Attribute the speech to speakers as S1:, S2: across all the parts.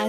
S1: À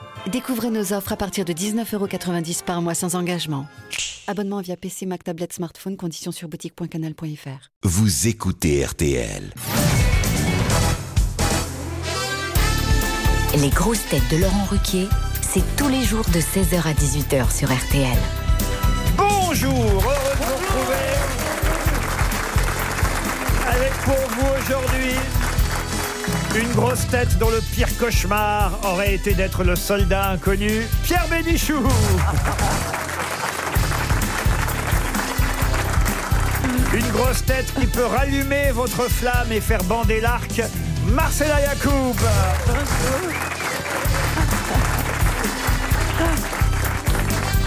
S1: Découvrez nos offres à partir de 19,90€ par mois sans engagement. Abonnement via PC, Mac, tablette, smartphone, conditions sur boutique.canal.fr.
S2: Vous écoutez RTL.
S3: Les grosses têtes de Laurent Ruquier, c'est tous les jours de 16h à 18h sur RTL.
S4: Bonjour, heureux de vous retrouver avec pour vous aujourd'hui une grosse tête dont le pire cauchemar aurait été d'être le soldat inconnu, Pierre Bénichou. Une grosse tête qui peut rallumer votre flamme et faire bander l'arc, Marcela Yacoub.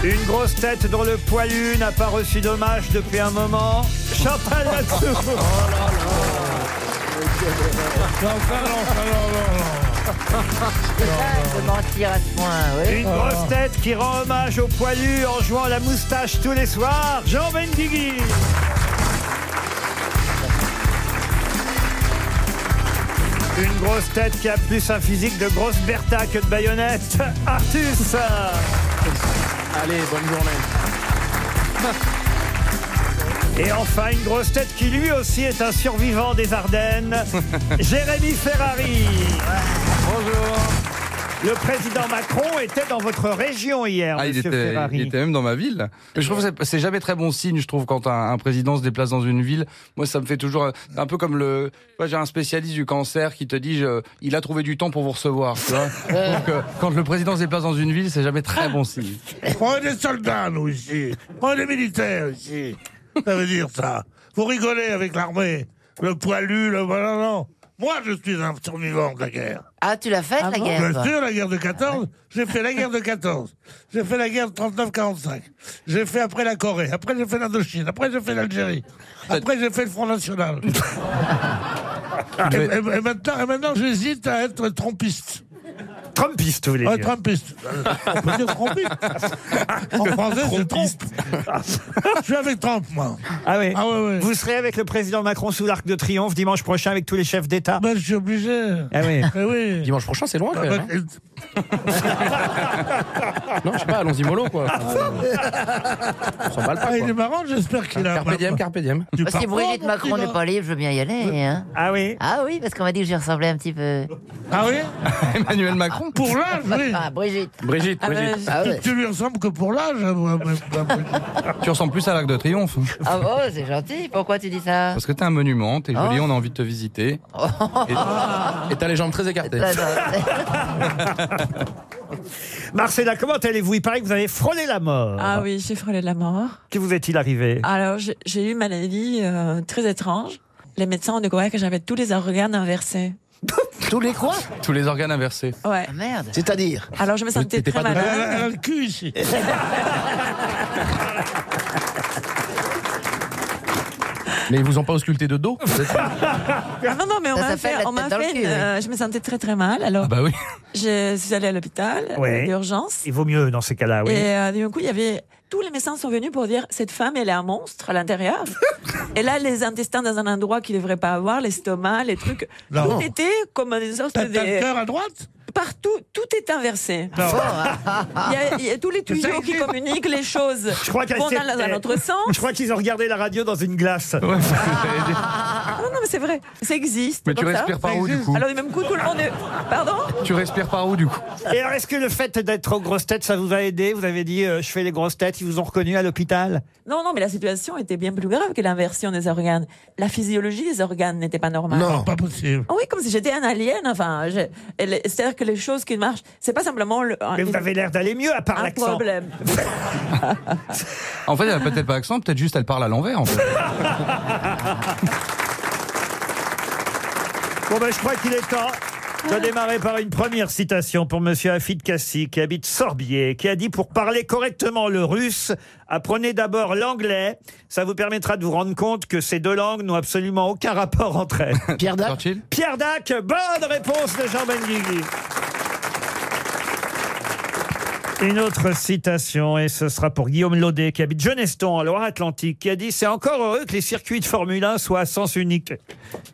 S4: Une grosse tête dont le poilu n'a pas reçu d'hommage depuis un moment, Chantal Latsou. Une grosse tête qui rend hommage au poilu en jouant la moustache tous les soirs, Jean Bendigui. Une grosse tête qui a plus un physique de grosse Bertha que de baïonnette, Artus.
S5: Allez, bonne journée.
S4: Et enfin, une grosse tête qui lui aussi est un survivant des Ardennes, Jérémy Ferrari.
S5: Bonjour.
S4: Le président Macron était dans votre région hier,
S5: Ah, il
S4: monsieur
S5: était,
S4: Ferrari.
S5: il était même dans ma ville. Mais je trouve que c'est- c'est jamais très bon signe, je trouve, quand un, un président se déplace dans une ville. Moi, ça me fait toujours euh, un peu comme le. Moi, j'ai un spécialiste du cancer qui te dit je- il a trouvé du temps pour vous recevoir. Tu vois Donc, euh, quand le président se déplace dans une ville, c'est jamais très bon signe.
S6: On est des soldats, nous, ici. On est des militaires, ici. Ça veut dire ça. Vous rigolez avec l'armée. Le poilu, le... Non, non. Moi, je suis un survivant de la guerre.
S7: Ah, tu l'as faite, la guerre
S6: Bien sûr, la guerre de 14. J'ai fait la guerre de 14. J'ai fait la guerre de 39-45. J'ai fait après la Corée. Après, j'ai fait l'Indochine. Après, j'ai fait l'Algérie.
S7: Euh.
S6: Après, j'ai fait le Front National. et, et- et maintenant, et maintenant, j'hésite à être trompiste.
S4: Trumpiste, vous voulez
S6: Ouais,
S4: dire.
S6: trompiste. On peut dire trompiste. En français, c'est trompe. Je suis avec Trump, moi.
S4: Ah oui.
S6: Ah ouais, ouais.
S4: Vous serez avec le président Macron sous l'Arc de Triomphe dimanche prochain avec tous les chefs d'État.
S6: Ben, je suis obligé.
S4: Ah oui.
S6: Eh oui.
S5: Dimanche prochain, c'est loin quand
S6: Ben,
S5: même. hein. Non, je sais pas, allons-y mollo quoi.
S6: ah, il est marrant, j'espère qu'il a.
S5: Carpe diem, carpe diem.
S6: du
S7: Si
S6: parcours,
S7: Brigitte
S6: mon
S7: Macron
S6: petit
S7: n'est pas libre, je veux bien y aller.
S6: Euh,
S7: hein.
S4: Ah oui.
S7: Ah oui, parce qu'on m'a dit que j'y ressemblais un petit peu.
S6: Ah oui
S5: Emmanuel Macron.
S6: Pour l'âge, oui.
S7: Ah, Brigitte.
S5: Brigitte, Brigitte.
S7: Ah ouais.
S6: Tu lui ressembles que pour l'âge. hein, moi, moi, moi, moi.
S5: Tu ressembles plus à l'Arc de Triomphe.
S7: Ah bon, Ah. c'est gentil. Pourquoi tu dis ça
S5: Parce que t'es un monument, t'es joli, on a envie de te visiter.
S7: Oh.
S5: Et
S7: Ah,
S5: et t'as les jambes très écartées.
S7: Non, non.
S5: hein.
S4: Marcella, comment allez-vous Il paraît que vous avez frôlé la mort.
S8: Ah oui, Ah, j'ai frôlé la mort.
S4: Que vous est-il arrivé
S8: Alors, j'ai- j'ai eu une maladie euh, très étrange. Les médecins ont découvert que j'avais tous les organes inversés.
S9: Tous les quoi
S5: Tous les organes inversés.
S8: Ouais.
S7: Ah, merde.
S9: C'est-à-dire
S8: Alors, je me sentais
S5: t'étais
S8: très
S5: pas
S6: Elle a,
S8: malade.
S6: elle a le cul ici.
S5: Mais ils vous ont pas ausculté de dos
S8: Ah non, non, mais on
S7: Ça
S8: m'a
S7: s'appelle
S8: fait,
S7: la
S8: on m'a
S7: tête dans le
S8: fait
S7: cul,
S8: une-
S7: oui.
S8: euh, je me sentais très très mal. Alors,
S5: Bah oui.
S8: je suis allée à l'hôpital
S4: Ouais.
S8: d'urgence.
S4: Il vaut mieux dans ces cas-là, Ah oui.
S8: euh, Et euh, du coup, il y avait tous les médecins sont venus pour dire cette femme, elle est un monstre à l'intérieur. et là, les intestins dans un endroit qu'ils ne devraient pas avoir, l'estomac, les trucs.
S6: Non.
S8: Tout était comme des sortes
S6: T'as t'as le
S8: de
S6: cœur à droite
S8: partout, tout est inversé.
S6: Non.
S8: hein. Il y, a, il y a tous les tuyaux qui
S6: existe.
S8: communiquent les choses.
S4: Je crois qu'elle
S8: vont
S4: s'est-
S8: dans, dans notre
S4: Je
S8: sens.
S4: crois qu'ils ont regardé la radio dans une glace.
S8: Ah non, non, mais c'est vrai, ça existe.
S5: Mais tu
S8: comme ça.
S5: respires par où du coup
S8: Alors du même coup, tout le monde. est- Pardon
S5: Tu respires par où du coup
S4: Et alors, est-ce que le fait d'être aux grosses têtes, ça vous a aidé Vous avez dit, euh, je fais les grosses têtes, ils vous ont reconnu à l'hôpital
S8: Non, non, mais la situation était bien plus grave que l'inversion des organes. La physiologie des organes n'était pas normale.
S9: Non.
S6: Pas possible.
S8: Ah Oui, comme si j'étais un alien. Enfin, je- et le- c'est-à-dire que les choses qui marchent, c'est pas simplement le- un,
S4: Mais vous avez l'air d'aller mieux, à part
S8: un
S4: l'accent.
S8: problème. Euh,
S5: En fait, elle a peut-être pas accent, peut-être juste elle parle à l'envers en fait.
S4: Bon, ben, je crois qu'il est temps Je dois démarrer par une première citation pour Monsieur Afid Kassi, qui habite Sorbier, qui a dit Pour parler correctement le russe, apprenez d'abord l'anglais. Ça vous permettra de vous rendre compte que ces deux langues n'ont absolument aucun rapport entre elles.
S9: Pierre Dac
S5: Churchill
S4: Pierre Dac, bonne réponse de Jean Benguigui. Une autre citation, et ce sera pour Guillaume Laudet, qui habite Geneston, en Loire-Atlantique, qui a dit C'est encore heureux que les circuits de Formule 1 soient à sens unique.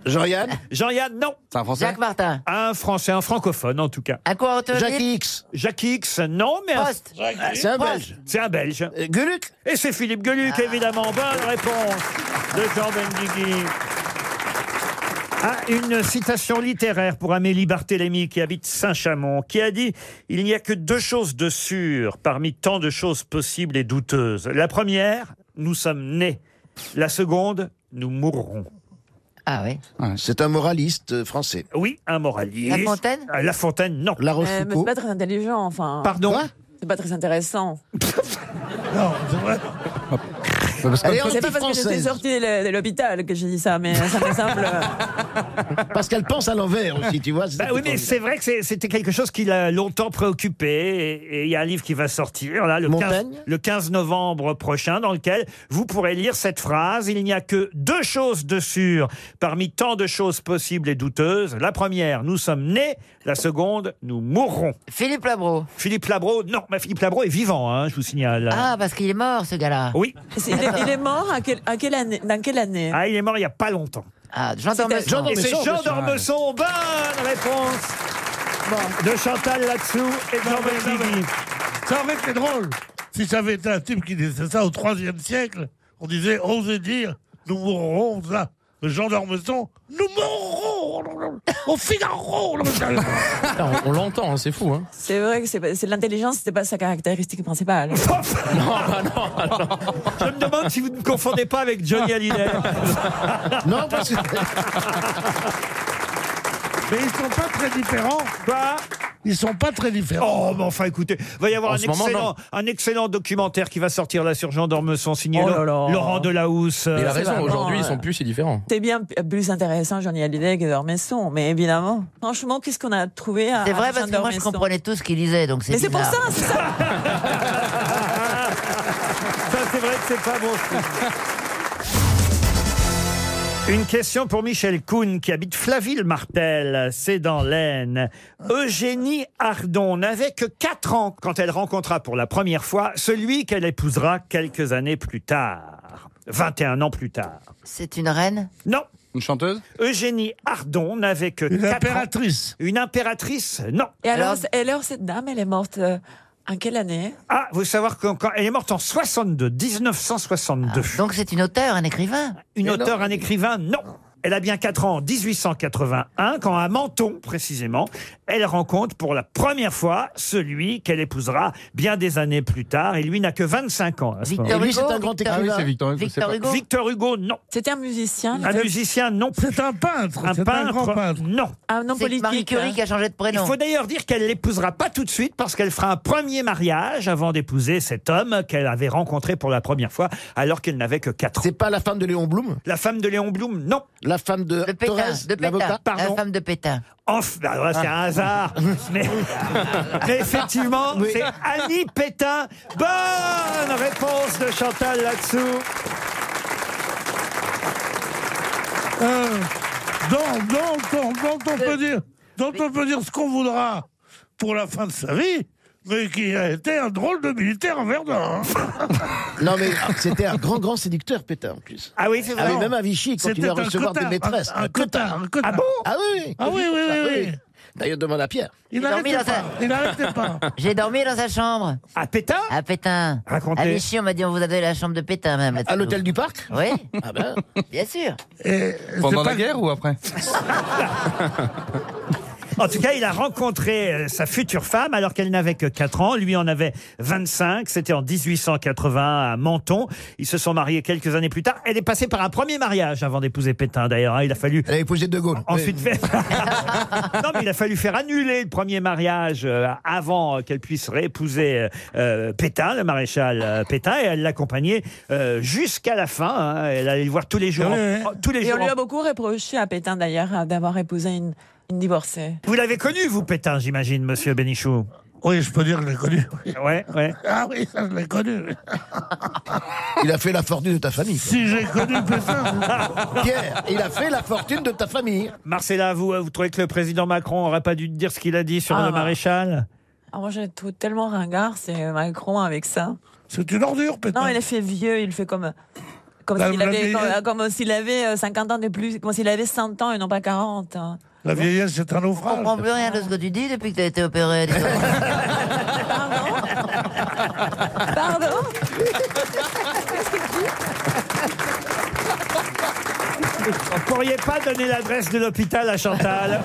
S9: Jean-Yann
S4: Jean-Yann, non
S5: C'est un français
S7: Jacques Martin.
S4: Un Français, un francophone en tout cas.
S7: Un coureur automobile.
S9: Jackie X
S4: Jacques X, non, mais un-
S7: Poste.
S9: C'est un
S7: Prost.
S9: Belge
S4: c'est un Belge.
S9: Euh, Gueluc
S4: Et c'est Philippe Geluc, évidemment. Bonne réponse de Jean Benguigui. Ah, une citation littéraire pour Amélie Barthélémy qui habite Saint-Chamond, qui a dit « Il n'y a que deux choses de sûres parmi tant de choses possibles et douteuses. La première, nous sommes nés. La seconde, nous mourrons.
S7: Ah oui.
S9: C'est un moraliste euh, français. »
S4: Oui, un moraliste.
S7: La Fontaine
S4: Ah, La Fontaine, non.
S9: La
S8: Euh, mais c'est
S9: Rochefoucauld.
S8: pas très intelligent, enfin.
S4: Pardon
S9: Quoi
S8: C'est pas très intéressant.
S6: Non, c'est vrai.
S5: Bah, Parce que-
S9: Elle est
S8: C'est pas parce que j'étais
S9: anti-française.
S8: sortie de de l'hôpital que j'ai dit ça, mais ça me semble. euh,
S9: Parce qu'elle pense à l'envers aussi, tu vois.
S4: Bah oui, mais c'est vrai que c'est- c'était quelque chose qui l'a longtemps préoccupé. Et et il y a un livre qui va sortir là, le, 15,
S9: Montaigne
S4: le 15 novembre prochain, dans lequel vous pourrez lire cette phrase. Il n'y a que deux choses de sûres parmi tant de choses possibles et douteuses. La première, nous sommes nés. La seconde, nous mourrons.
S7: Philippe Labro.
S4: Philippe Labro, non, mais Philippe Labro est vivant, hein, je vous signale.
S7: Ah, parce qu'il est mort, ce gars-là.
S4: Oui,
S8: C'est- il, est, il est mort à quel- à quelle année, dans quelle année
S4: ah, il est mort il n'y a pas longtemps.
S7: Ah, j'entends
S8: C'était-
S7: Besson.
S4: Et c'est Jean d'Ormesson. Bonne réponse de Chantal là-dessous et de Jean
S6: mais non, mais-
S4: Benguigui.
S6: Ça aurait été drôle. Si ça avait été un type qui disait ça au IIIe siècle, on disait, osez dire, nous mourrons là. Le Jean d'Ormesson, nous mourrons oh au Figaro.
S10: on l'entend, c'est fou. Hein.
S8: C'est vrai que c'est pas- c'est l'intelligence, c'était pas sa caractéristique principale.
S11: bah
S4: Je me demande si vous ne confondez pas avec Johnny Hallyday.
S9: Non, parce que.
S6: Mais ils sont pas très différents.
S4: Quoi
S6: Ils sont pas très différents.
S4: Oh, mais enfin, écoutez, va y avoir
S10: En
S4: un
S10: ce moment,
S4: excellent, un excellent documentaire qui va sortir là sur Jean d'Ormesson, signé
S8: Oh là
S4: Lo-
S8: là.
S4: Laurent Delahousse.
S10: Mais il a
S8: c'est
S10: raison,
S8: vraiment,
S10: aujourd'hui, ils
S8: euh,
S10: sont plus si différents.
S8: C'était bien p- plus intéressant, Johnny Hallyday, que Dormesson, Oh, mais évidemment. Franchement, qu'est-ce qu'on a trouvé à
S7: C'est vrai,
S8: à
S7: parce que moi, je
S8: Dormesson
S7: comprenais tout ce qu'il disait, donc c'est
S8: Mais c'est pour
S7: bizarre.
S8: ça, c'est ça
S4: Ça, c'est vrai que c'est pas bon. ce que- Euh, Une question pour Michel Kuhn qui habite Flaville-Martel, c'est dans l'Aisne. Eugénie Ardon n'avait que 4 ans quand elle rencontra pour la première fois celui qu'elle épousera quelques années plus tard. 21 ans plus tard.
S7: C'est une reine
S4: Non,
S5: Une chanteuse
S4: Eugénie Ardon n'avait que
S6: Une
S4: 4 ans.
S6: impératrice. Euh,
S4: Une impératrice Non.
S8: Et alors,
S7: Alors-
S8: et alors, cette dame, elle est morte euh, en quelle année
S4: Ah, vous savoir qu'elle elle est morte en 62,
S7: Ah,
S4: 1962.
S7: Donc c'est une auteure, un écrivain.
S4: Une auteure, un écrivain Non. Elle a bien 4 ans en 1881, quand à Menton, précisément, elle rencontre pour la première fois celui qu'elle épousera bien des années plus tard. Et lui n'a que 25 ans à ce moment.
S9: Et
S7: Victor
S9: lui,
S7: Hugo,
S9: c'est un grand
S7: Victor-
S5: Ah oui,
S9: écrivain.
S5: c'est Victor Hugo. c'est
S7: Victor
S5: pas-
S7: Hugo.
S4: Victor Hugo, non.
S8: C'était un musicien
S4: Un musicien, non.
S6: C'est un peintre.
S4: Un
S6: c'est un grand
S4: peintre,
S6: peintre.
S4: non.
S8: Ah, Un non
S7: C'est
S8: politique. hein.
S7: Marie Curie qui a changé de
S4: Il
S7: prénom.
S4: faut d'ailleurs dire qu'elle l'épousera pas tout de suite parce qu'elle fera un premier mariage avant d'épouser cet homme qu'elle avait rencontré pour la première fois alors qu'elle n'avait que 4 ans.
S9: C'est pas la femme de Léon Blum
S4: La femme de Léon Blum, non.
S9: La femme de
S7: De
S9: Torres
S7: Pétain, Ah. de Pétain,
S9: l'avocat Ah.
S7: la
S4: pardon.
S7: femme de Pétain.
S4: Enfin, alors là, c'est un hasard. Mais, mais effectivement, c'est Annie Pétain. Bonne réponse de Chantal là-dessous.
S6: Euh, dont, dont on- dont on peut dire, dont on peut dire ce qu'on voudra pour la fin de sa vie, mais qui a été un drôle de militaire en Verdun. hein.
S9: Non, mais c'était un grand, grand séducteur, Pétain, en plus.
S4: Ah oui, c'est
S9: Ah
S4: vrai.
S9: oui, même à Vichy, quand il
S6: C'était
S9: va
S6: un
S9: recevoir des
S6: cotard,
S9: maîtresses.
S6: Un, un cotard, un cotard.
S4: Ah bon
S9: Ah oui, oui.
S6: Ah oui, oui, oui, oui.
S9: D'ailleurs, demande à Pierre.
S6: Il
S7: Il a mis
S6: n'arrêtait
S7: dans
S6: pas. Il n'arrêtait pas.
S7: J'ai dormi dans sa chambre,
S4: À Pétain
S7: à Pétain.
S4: Racontez.
S7: À Vichy, on m'a dit on vous a donné la chambre de Pétain, même.
S9: À l'hôtel du parc
S7: Oui,
S9: Ah ben.
S7: bien sûr.
S6: Et
S5: Pendant
S6: c'est
S5: la
S6: pas-
S5: guerre ou après
S4: En tout cas, il a rencontré euh, sa future femme alors qu'elle n'avait que 4 ans. Lui en avait 25. C'était en 1880 à Menton. Ils se sont mariés quelques années plus tard. Elle est passée par un premier mariage avant d'épouser Pétain, d'ailleurs. hein. Il a fallu
S9: Elle a épousé De Gaulle.
S4: ensuite faire... non, mais il a fallu faire annuler le premier mariage euh, avant euh, qu'elle puisse réépouser euh, euh, Pétain, le maréchal euh, Pétain. Et elle l'accompagnait euh, jusqu'à la fin. hein. Elle allait le voir tous les jours.
S6: Ouais, ouais.
S4: en- Tous les
S8: Et on
S4: jours.
S8: lui
S4: en-
S8: a beaucoup reproché à Pétain d'ailleurs euh, d'avoir épousé une, une divorcée.
S4: Vous l'avez connu, vous, Pétain, j'imagine, monsieur Bénichou
S6: Oui, je peux dire que je l'ai connu.
S4: Ouais, ouais.
S6: Ah oui, ça, je l'ai connu.
S9: Il a fait la fortune de ta famille.
S6: Si j'ai connu Pétain.
S9: Pierre, il a fait la fortune de ta famille.
S4: Marcella, vous, vous trouvez que le président Macron aurait pas dû dire ce qu'il a dit sur
S8: Ah.
S4: le maréchal
S8: Ah, moi, je le trouve tellement ringard, c'est Macron avec ça.
S6: C'est une ordure, Pétain.
S8: Non, il est fait vieux, il fait comme. Comme
S6: La-
S8: s'il
S6: la
S8: avait,
S6: vieillesse.
S8: comme, comme s'il avait euh, 50 ans de plus, comme s'il avait 100 ans et non pas 40. hein.
S6: La vieillesse, c'est un
S7: Je comprends
S6: naufrage.
S7: plus rien de ce que tu dis depuis que t'as été opéré. dis donc.
S8: Pardon
S4: Vous pourriez pas donner l'adresse de l'hôpital à Chantal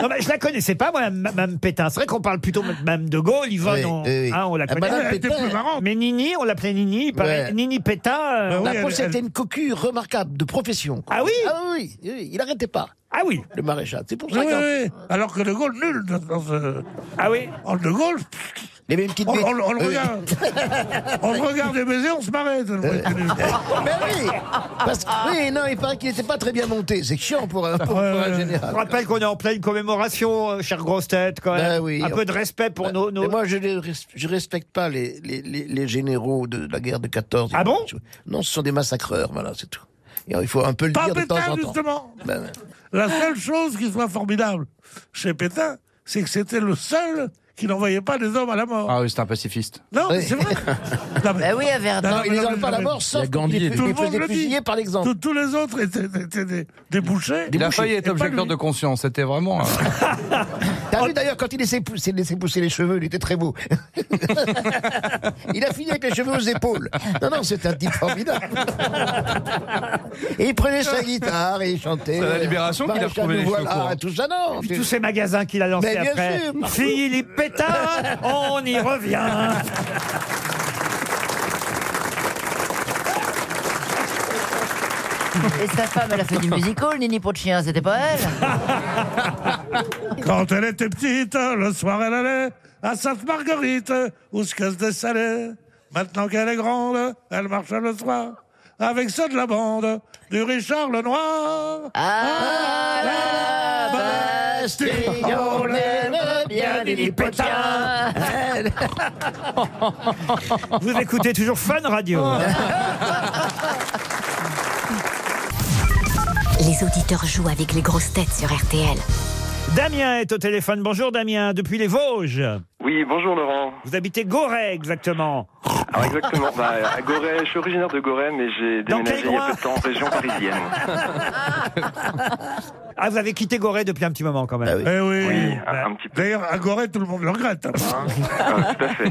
S4: Non, mais je la connaissais pas, moi, Mme Pétain. C'est vrai qu'on parle plutôt de Mme de Gaulle, Yvonne,
S9: Oui,
S4: on,
S9: oui, oui.
S4: hein, on la
S9: Ah,
S4: connaît.
S9: Madame
S6: Elle était
S9: Pétain.
S6: plus marrante.
S4: Mais Nini, on l'appelait Nini, il paraît.
S9: Ouais.
S4: Nini Pétain. euh,
S6: Ah oui,
S9: La
S6: elle-
S9: pauvre,
S6: elle-
S9: c'était une cocu remarquable, de profession.
S4: Ah oui
S9: Ah oui, oui, oui, il arrêtait pas,
S4: Ah oui
S9: le maréchal. C'est pour
S6: Oui,
S9: ça
S6: oui,
S9: qu'il
S6: oui. Alors que De Gaulle, nul. dans- dans ce-
S4: Ah oui
S6: En De Gaulle,
S9: les mêmes petites
S6: on,
S9: bêtises.
S6: on- on le
S9: Euh,
S6: regarde. on le regarde les baisers, on se marrait. tellement il
S9: Euh.
S6: était nul.
S9: Mais oui, parce que oui, non, il paraît qu'il n'était pas très bien monté. C'est chiant pour un, pour- pour
S6: Ouais,
S9: un
S6: ouais.
S4: Je
S9: général.
S4: rappelle qu'on est en pleine commémoration, euh, chère grosse tête, quand même.
S9: Ben oui. ben,
S4: Un peu de respect pour nos. nos-
S9: Mais moi, je ne respecte pas les, les, les- les généraux de la guerre de 14.
S4: Ah bon
S9: Non, ce sont des massacreurs, voilà, c'est tout. Et il faut un peu le
S6: Pas
S9: dire de temps
S6: Pétain,
S9: en temps.
S6: justement.
S9: Ben, ben.
S6: La seule chose qui soit formidable chez Pétain, c'est que c'était le seul qui n'envoyait pas des hommes à la mort.
S5: Ah oui, c'est un pacifiste.
S6: Non, mais
S9: Oui. Ben
S6: c'est vrai. Non, mais-
S7: Bah oui, à Verdun.
S6: Non,
S9: ils
S6: mais
S9: n'ont
S6: non,
S9: pas
S6: mais-
S9: la mort,
S10: Il y
S9: sauf
S10: a Gambier.
S9: qu'ils
S6: Tout
S9: les
S6: le monde
S9: faisaient
S6: le dit.
S9: fusiller, par exemple.
S6: Tous, tous les autres étaient, étaient des, des bouchers.
S9: Des
S5: La
S9: bouchers.
S5: failli est
S6: Et pas
S5: objecteur
S6: lui.
S5: de conscience, c'était vraiment. euh,
S9: T'as vu d'ailleurs, quand il s'est poussé, laissé pousser les cheveux, il était très beau. il a fini avec les cheveux aux épaules. Non, non, c'est un type formidable. Et il prenait sa guitare et il chantait.
S5: C'est la Libération qu'il a
S9: Maréchal
S5: retrouvé
S9: nous
S5: les cheveux
S9: voilà,
S5: courts. hein.
S9: Tout ça, non.
S4: Tous ces magasins qu'il a lancés
S9: Mais bien
S4: après.
S9: sûr.
S4: Philippe Pétain, on y revient.
S7: Et sa femme, elle a fait du musical, Nini pour de chien, c'était pas elle
S6: Quand elle était petite, le soir elle allait à Sainte-Marguerite, où se casse des salés. Maintenant qu'elle est grande, elle marche le soir avec ceux de la bande du Richard Lenoir.
S7: Ah la Bastille, on aime bien Nini pour de chien.
S4: Vous écoutez toujours Fun Radio.
S3: Les auditeurs jouent avec les grosses têtes sur RTL.
S4: Damien est au téléphone. Bonjour Damien, depuis les Vosges.
S12: Oui, bonjour Laurent.
S4: Vous habitez Gorée exactement.
S12: Alors exactement, bah, à Gorée, je suis originaire de Gorée, mais j'ai
S4: Dans
S12: déménagé
S4: quel
S12: il y a
S4: coin
S12: peu de temps en région parisienne.
S4: Ah, vous avez quitté Gorée depuis un petit moment quand même. bah.
S9: Ah oui.
S6: Eh oui.
S12: Oui, un, un petit peu.
S6: D'ailleurs, à Gorée, tout le monde le regrette. hein.
S12: Ah, tout à fait.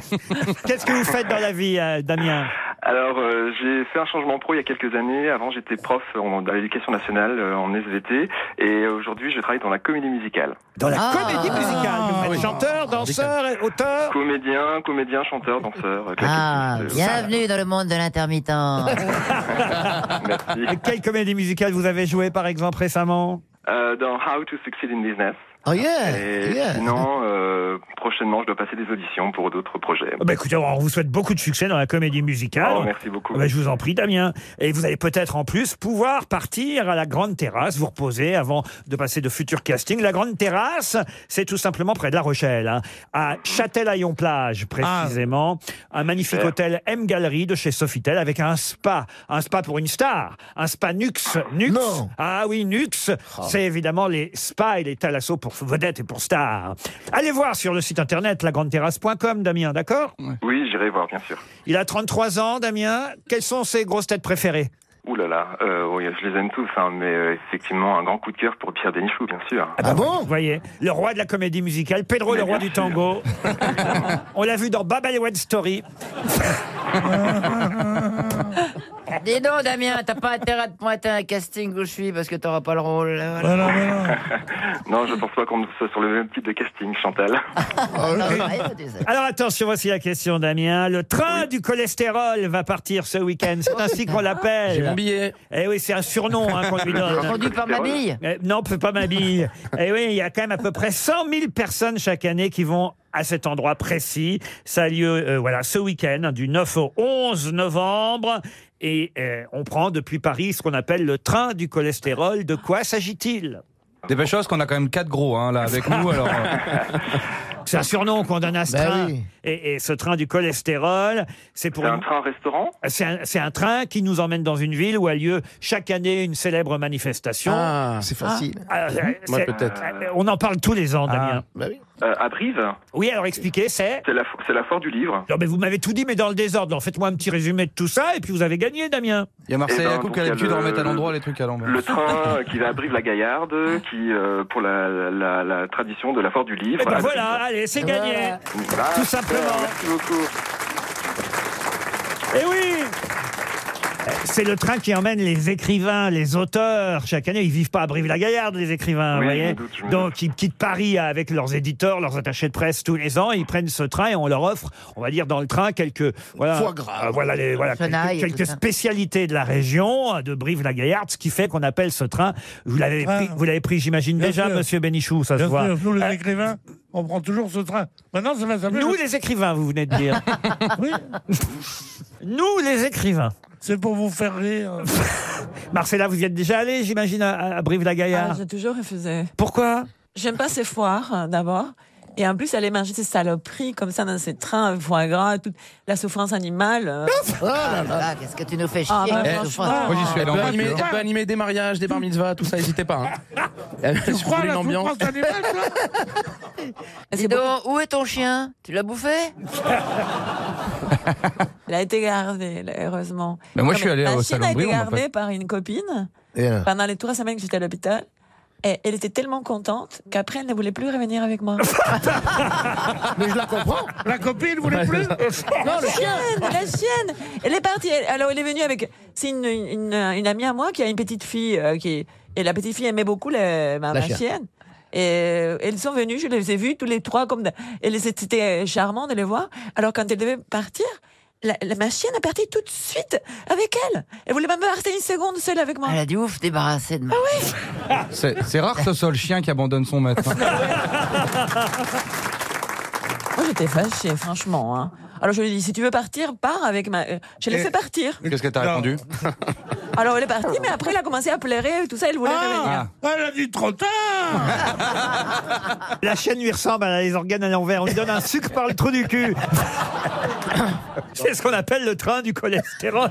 S4: Qu'est-ce que vous faites dans la vie, euh, Damien
S12: Alors, euh, j'ai fait un changement pro il y a quelques années. Avant, j'étais prof en, à l'éducation nationale euh, en SVT, et aujourd'hui, je travaille dans la comédie musicale.
S4: Dans la
S7: Ah.
S4: comédie musicale.
S6: Ah
S4: Vous êtes chanteur, danseur, et auteur.
S12: Comédien, comédien, chanteur, danseur, claquettiste.
S7: Ah,
S12: euh,
S7: bienvenue dans le monde de l'intermittent.
S12: Merci.
S4: Et quelle comédie musicale vous avez joué par exemple récemment
S12: Euh, dans How to Succeed in Business.
S9: Oh yeah,
S12: Et
S9: yeah.
S12: sinon, euh, prochainement, je dois passer des auditions pour d'autres projets.
S4: Ah bah, Écoutez, on vous souhaite beaucoup de succès dans la comédie musicale.
S12: Oh, merci beaucoup.
S4: Ah bah, je vous en prie, Damien. Et vous allez peut-être en plus pouvoir partir à la grande terrasse, vous reposer avant de passer de futurs castings. La grande terrasse, c'est tout simplement près de La Rochelle, hein, à Châtelaillon-Plage précisément. Un magnifique
S12: Ah. Super.
S4: hôtel M Galerie de chez Sofitel avec un spa, un spa pour une star, un spa Nux, Nux.
S9: Non. Oh.
S4: Ah oui, Nux, c'est évidemment les spas et les thalassos pour vedettes et pour stars. Allez voir sur le site internet lagrandeterrasse.com, Damien, d'accord
S12: Oui, j'irai voir, bien sûr.
S4: Il a 33 ans, Damien. Quelles sont ses grosses têtes préférées
S12: Ouh là là, euh, oui, je les aime tous, hein, mais euh, effectivement, un grand coup de cœur pour Pierre Dénichou, bien sûr.
S9: Ah bon
S4: bah Vous voyez, le roi de la comédie musicale, Pedro le roi du tango. On l'a vu dans Babylon Story.
S7: Dis donc, Damien, t'as pas intérêt à te pointer à un casting où je suis parce que t'auras pas le rôle. Voilà.
S6: Voilà, voilà.
S12: Non, je pense pas qu'on soit sur le même type de casting, Chantal.
S4: Ah,
S9: Oh
S7: Ouais, tu sais.
S4: Alors attention, voici la question, Damien. Le train du cholestérol va partir ce week-end. C'est ainsi qu'on
S10: J'ai mon
S4: l'appelle.
S10: billet.
S4: Eh oui, c'est un surnom hein, qu'on lui donne.
S7: Conduit par ma bille
S4: Euh, non, peut pas ma bille. Et oui, il y a quand même à peu près 100 000 personnes chaque année qui vont à cet endroit précis. Ça a lieu euh, voilà, ce week-end, hein, du 9 au 11 novembre. Et euh, on prend depuis Paris ce qu'on appelle le train du cholestérol. De quoi s'agit-il
S5: Dépêche-toi, parce qu'on a quand même quatre gros hein, là avec nous. Alors, euh,
S4: C'est un surnom qu'on donne à ce
S5: Bah
S4: train.
S5: oui.
S4: et, et ce train du cholestérol, c'est pour
S12: C'est
S4: une-
S12: un train-restaurant
S4: C'est un, c'est un train qui nous emmène dans une ville où a lieu chaque année une célèbre manifestation.
S10: Ah, c'est facile.
S4: Ah, euh,
S10: Moi,
S4: c'est-
S10: peut-être.
S4: euh, On en parle tous les ans, Damien.
S5: Ah.
S12: euh, à Brive.
S4: Oui, alors expliquez, c'est
S12: C'est la, fo- c'est la foire du livre.
S4: Non, mais vous m'avez tout dit, mais dans le désordre. Alors, Faites-moi un petit résumé de tout ça, et puis vous avez gagné, Damien.
S5: Il y a Marseille,
S12: Eh ben,
S5: la coupe
S12: donc,
S5: qui a
S12: il y a
S5: l'habitude de
S12: le-
S5: remettre à l'endroit les trucs à l'envers.
S12: Le train euh, qui va à Brive-la-Gaillarde, qui, euh, pour la, la- la- la tradition de la foire du livre.
S4: Et ben
S12: Ah,
S4: voilà, allez, c'est gagné.
S12: Voilà.
S4: Tout simplement.
S12: Merci beaucoup.
S4: Et Eh oui c'est le train qui emmène les écrivains, les auteurs. Chaque année, ils vivent pas à Brive-la-Gaillarde, les écrivains,
S12: Oui,
S4: vous
S12: je me
S4: voyez.
S12: doute, je me
S4: Donc, ils quittent Paris avec leurs éditeurs, leurs attachés de presse tous les ans. Ils prennent ce train et on leur offre, on va dire, dans le train quelques voilà,
S9: Foie gras.
S4: euh, voilà, les- voilà,
S9: Fenaille
S4: quelques,
S9: et
S4: quelques
S9: tout ça.
S4: spécialités de la région euh, de Brive-la-Gaillarde, ce qui fait qu'on appelle ce train. Vous l'avez
S6: Train.
S4: pris, vous l'avez pris, j'imagine
S6: Bien
S4: déjà,
S6: sûr.
S4: Monsieur Bénichou, ça
S6: Bien
S4: se voit.
S6: sûr, nous, les
S4: Euh,
S6: écrivains, on prend toujours ce train. Maintenant, ça va s'appeler.
S4: nous,
S6: le-
S4: les écrivains, vous venez de dire.
S6: Oui,
S4: nous, les écrivains.
S6: c'est pour vous faire rire.
S4: Marcella, vous y êtes déjà allé, j'imagine, à, à
S8: Ah,
S4: Brive-la-Gaillarde.
S8: J'ai toujours refusé.
S4: Pourquoi
S8: J'aime pas ces foires, euh, d'abord. Et en plus, aller manger ces saloperies comme ça dans ces trains, euh, foie gras, toute la souffrance animale. euh,
S7: Oh là là, qu'est-ce que tu nous fais chier
S8: Ah, bah,
S7: avec
S8: franchement.
S7: ce foire.
S5: Eh, Moi, j'y suis
S10: Elle
S5: allé
S10: peut,
S6: Bah,
S5: en
S10: animer,
S5: voiture.
S10: elle peut animer des mariages, des bar mitzvahs, tout ça, n'hésitez pas. hein. Elle- si vous
S6: crois à
S10: voulez
S6: la
S10: une ambiance.
S6: souffrance animale, toi
S8: c'est
S7: Dis
S8: beaucoup-
S7: donc, où est ton chien Hein, Tu l'as bouffé
S8: Elle a été gardée, là, heureusement.
S5: Mais moi,
S8: Non,
S5: je suis allé
S8: ma
S5: au
S8: chienne
S5: salon
S8: a
S5: Brie,
S8: été
S5: on m'a pas-
S8: gardée par une copine
S9: Et alors
S8: pendant les trois semaines que j'étais à l'hôpital. Et elle était tellement contente qu'après, elle ne voulait plus revenir avec moi.
S9: Mais je la comprends.
S6: La copine, vous voulez plus
S9: Non, le chien.
S8: chienne, la chienne. Elle est partie. Elle- alors, elle est venue avec. C'est une, une, une amie à moi qui a une petite fille. euh, qui, et la petite fille aimait beaucoup le- ma,
S9: La
S8: ma
S9: chienne.
S8: chienne. Et euh, elles sont venues, je les ai vues tous les trois. comme de- et les- C'était euh, charmant de les voir. Alors, quand elles devaient partir, la, la- ma chienne est partie tout de suite avec elle. Elle voulait même pas rester une seconde seule avec moi. Ah
S7: Elle a dit ouf, débarrassé de moi.
S5: C'est c'est rare que ce soit le chien qui abandonne son maître. hein.
S8: Moi, j'étais fâchée, franchement. hein. Alors, je lui ai dit si tu veux partir, pars avec ma. euh, Je l'ai
S6: Et-
S8: fait partir.
S5: Qu'est-ce que t'as
S6: Non.
S5: répondu
S8: Alors, elle est partie, mais après, elle a commencé à pleurer et tout ça. Elle voulait revenir.
S6: Ah, elle a dit trop tard
S4: La chaîne lui ressemble, elle a les organes à l'envers. On lui donne un sucre par le trou du cul. C'est ce qu'on appelle le train du cholestérol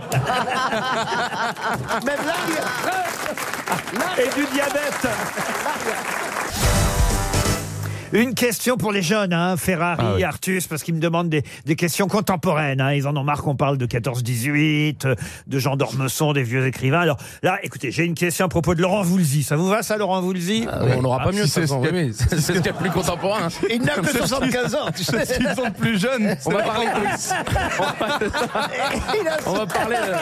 S9: Même là, il-
S4: et du diabète. Une question pour les jeunes, hein, Ferrari,
S5: Ah oui.
S4: Artus, parce qu'ils me demandent des, des questions contemporaines. hein. Ils en ont marre qu'on parle de 14-18, euh, de Jean d'Ormesson, des vieux écrivains. Alors là, écoutez, j'ai une question à propos de Laurent Voulzy. Ça vous va, ça, Laurent Voulzy
S10: Ah
S4: Ah,
S10: On n'aura pas mieux,
S5: si
S10: de toute
S5: c'est
S10: façon,
S5: ce qu'il y a-
S10: oui, C'est c'est ce qu'il y a de plus contemporain. hein.
S9: il n'a que 75 ans. tu sais.
S5: Ils sont plus jeunes.
S10: On va parler.
S9: Il a-
S10: On va parler.
S7: euh,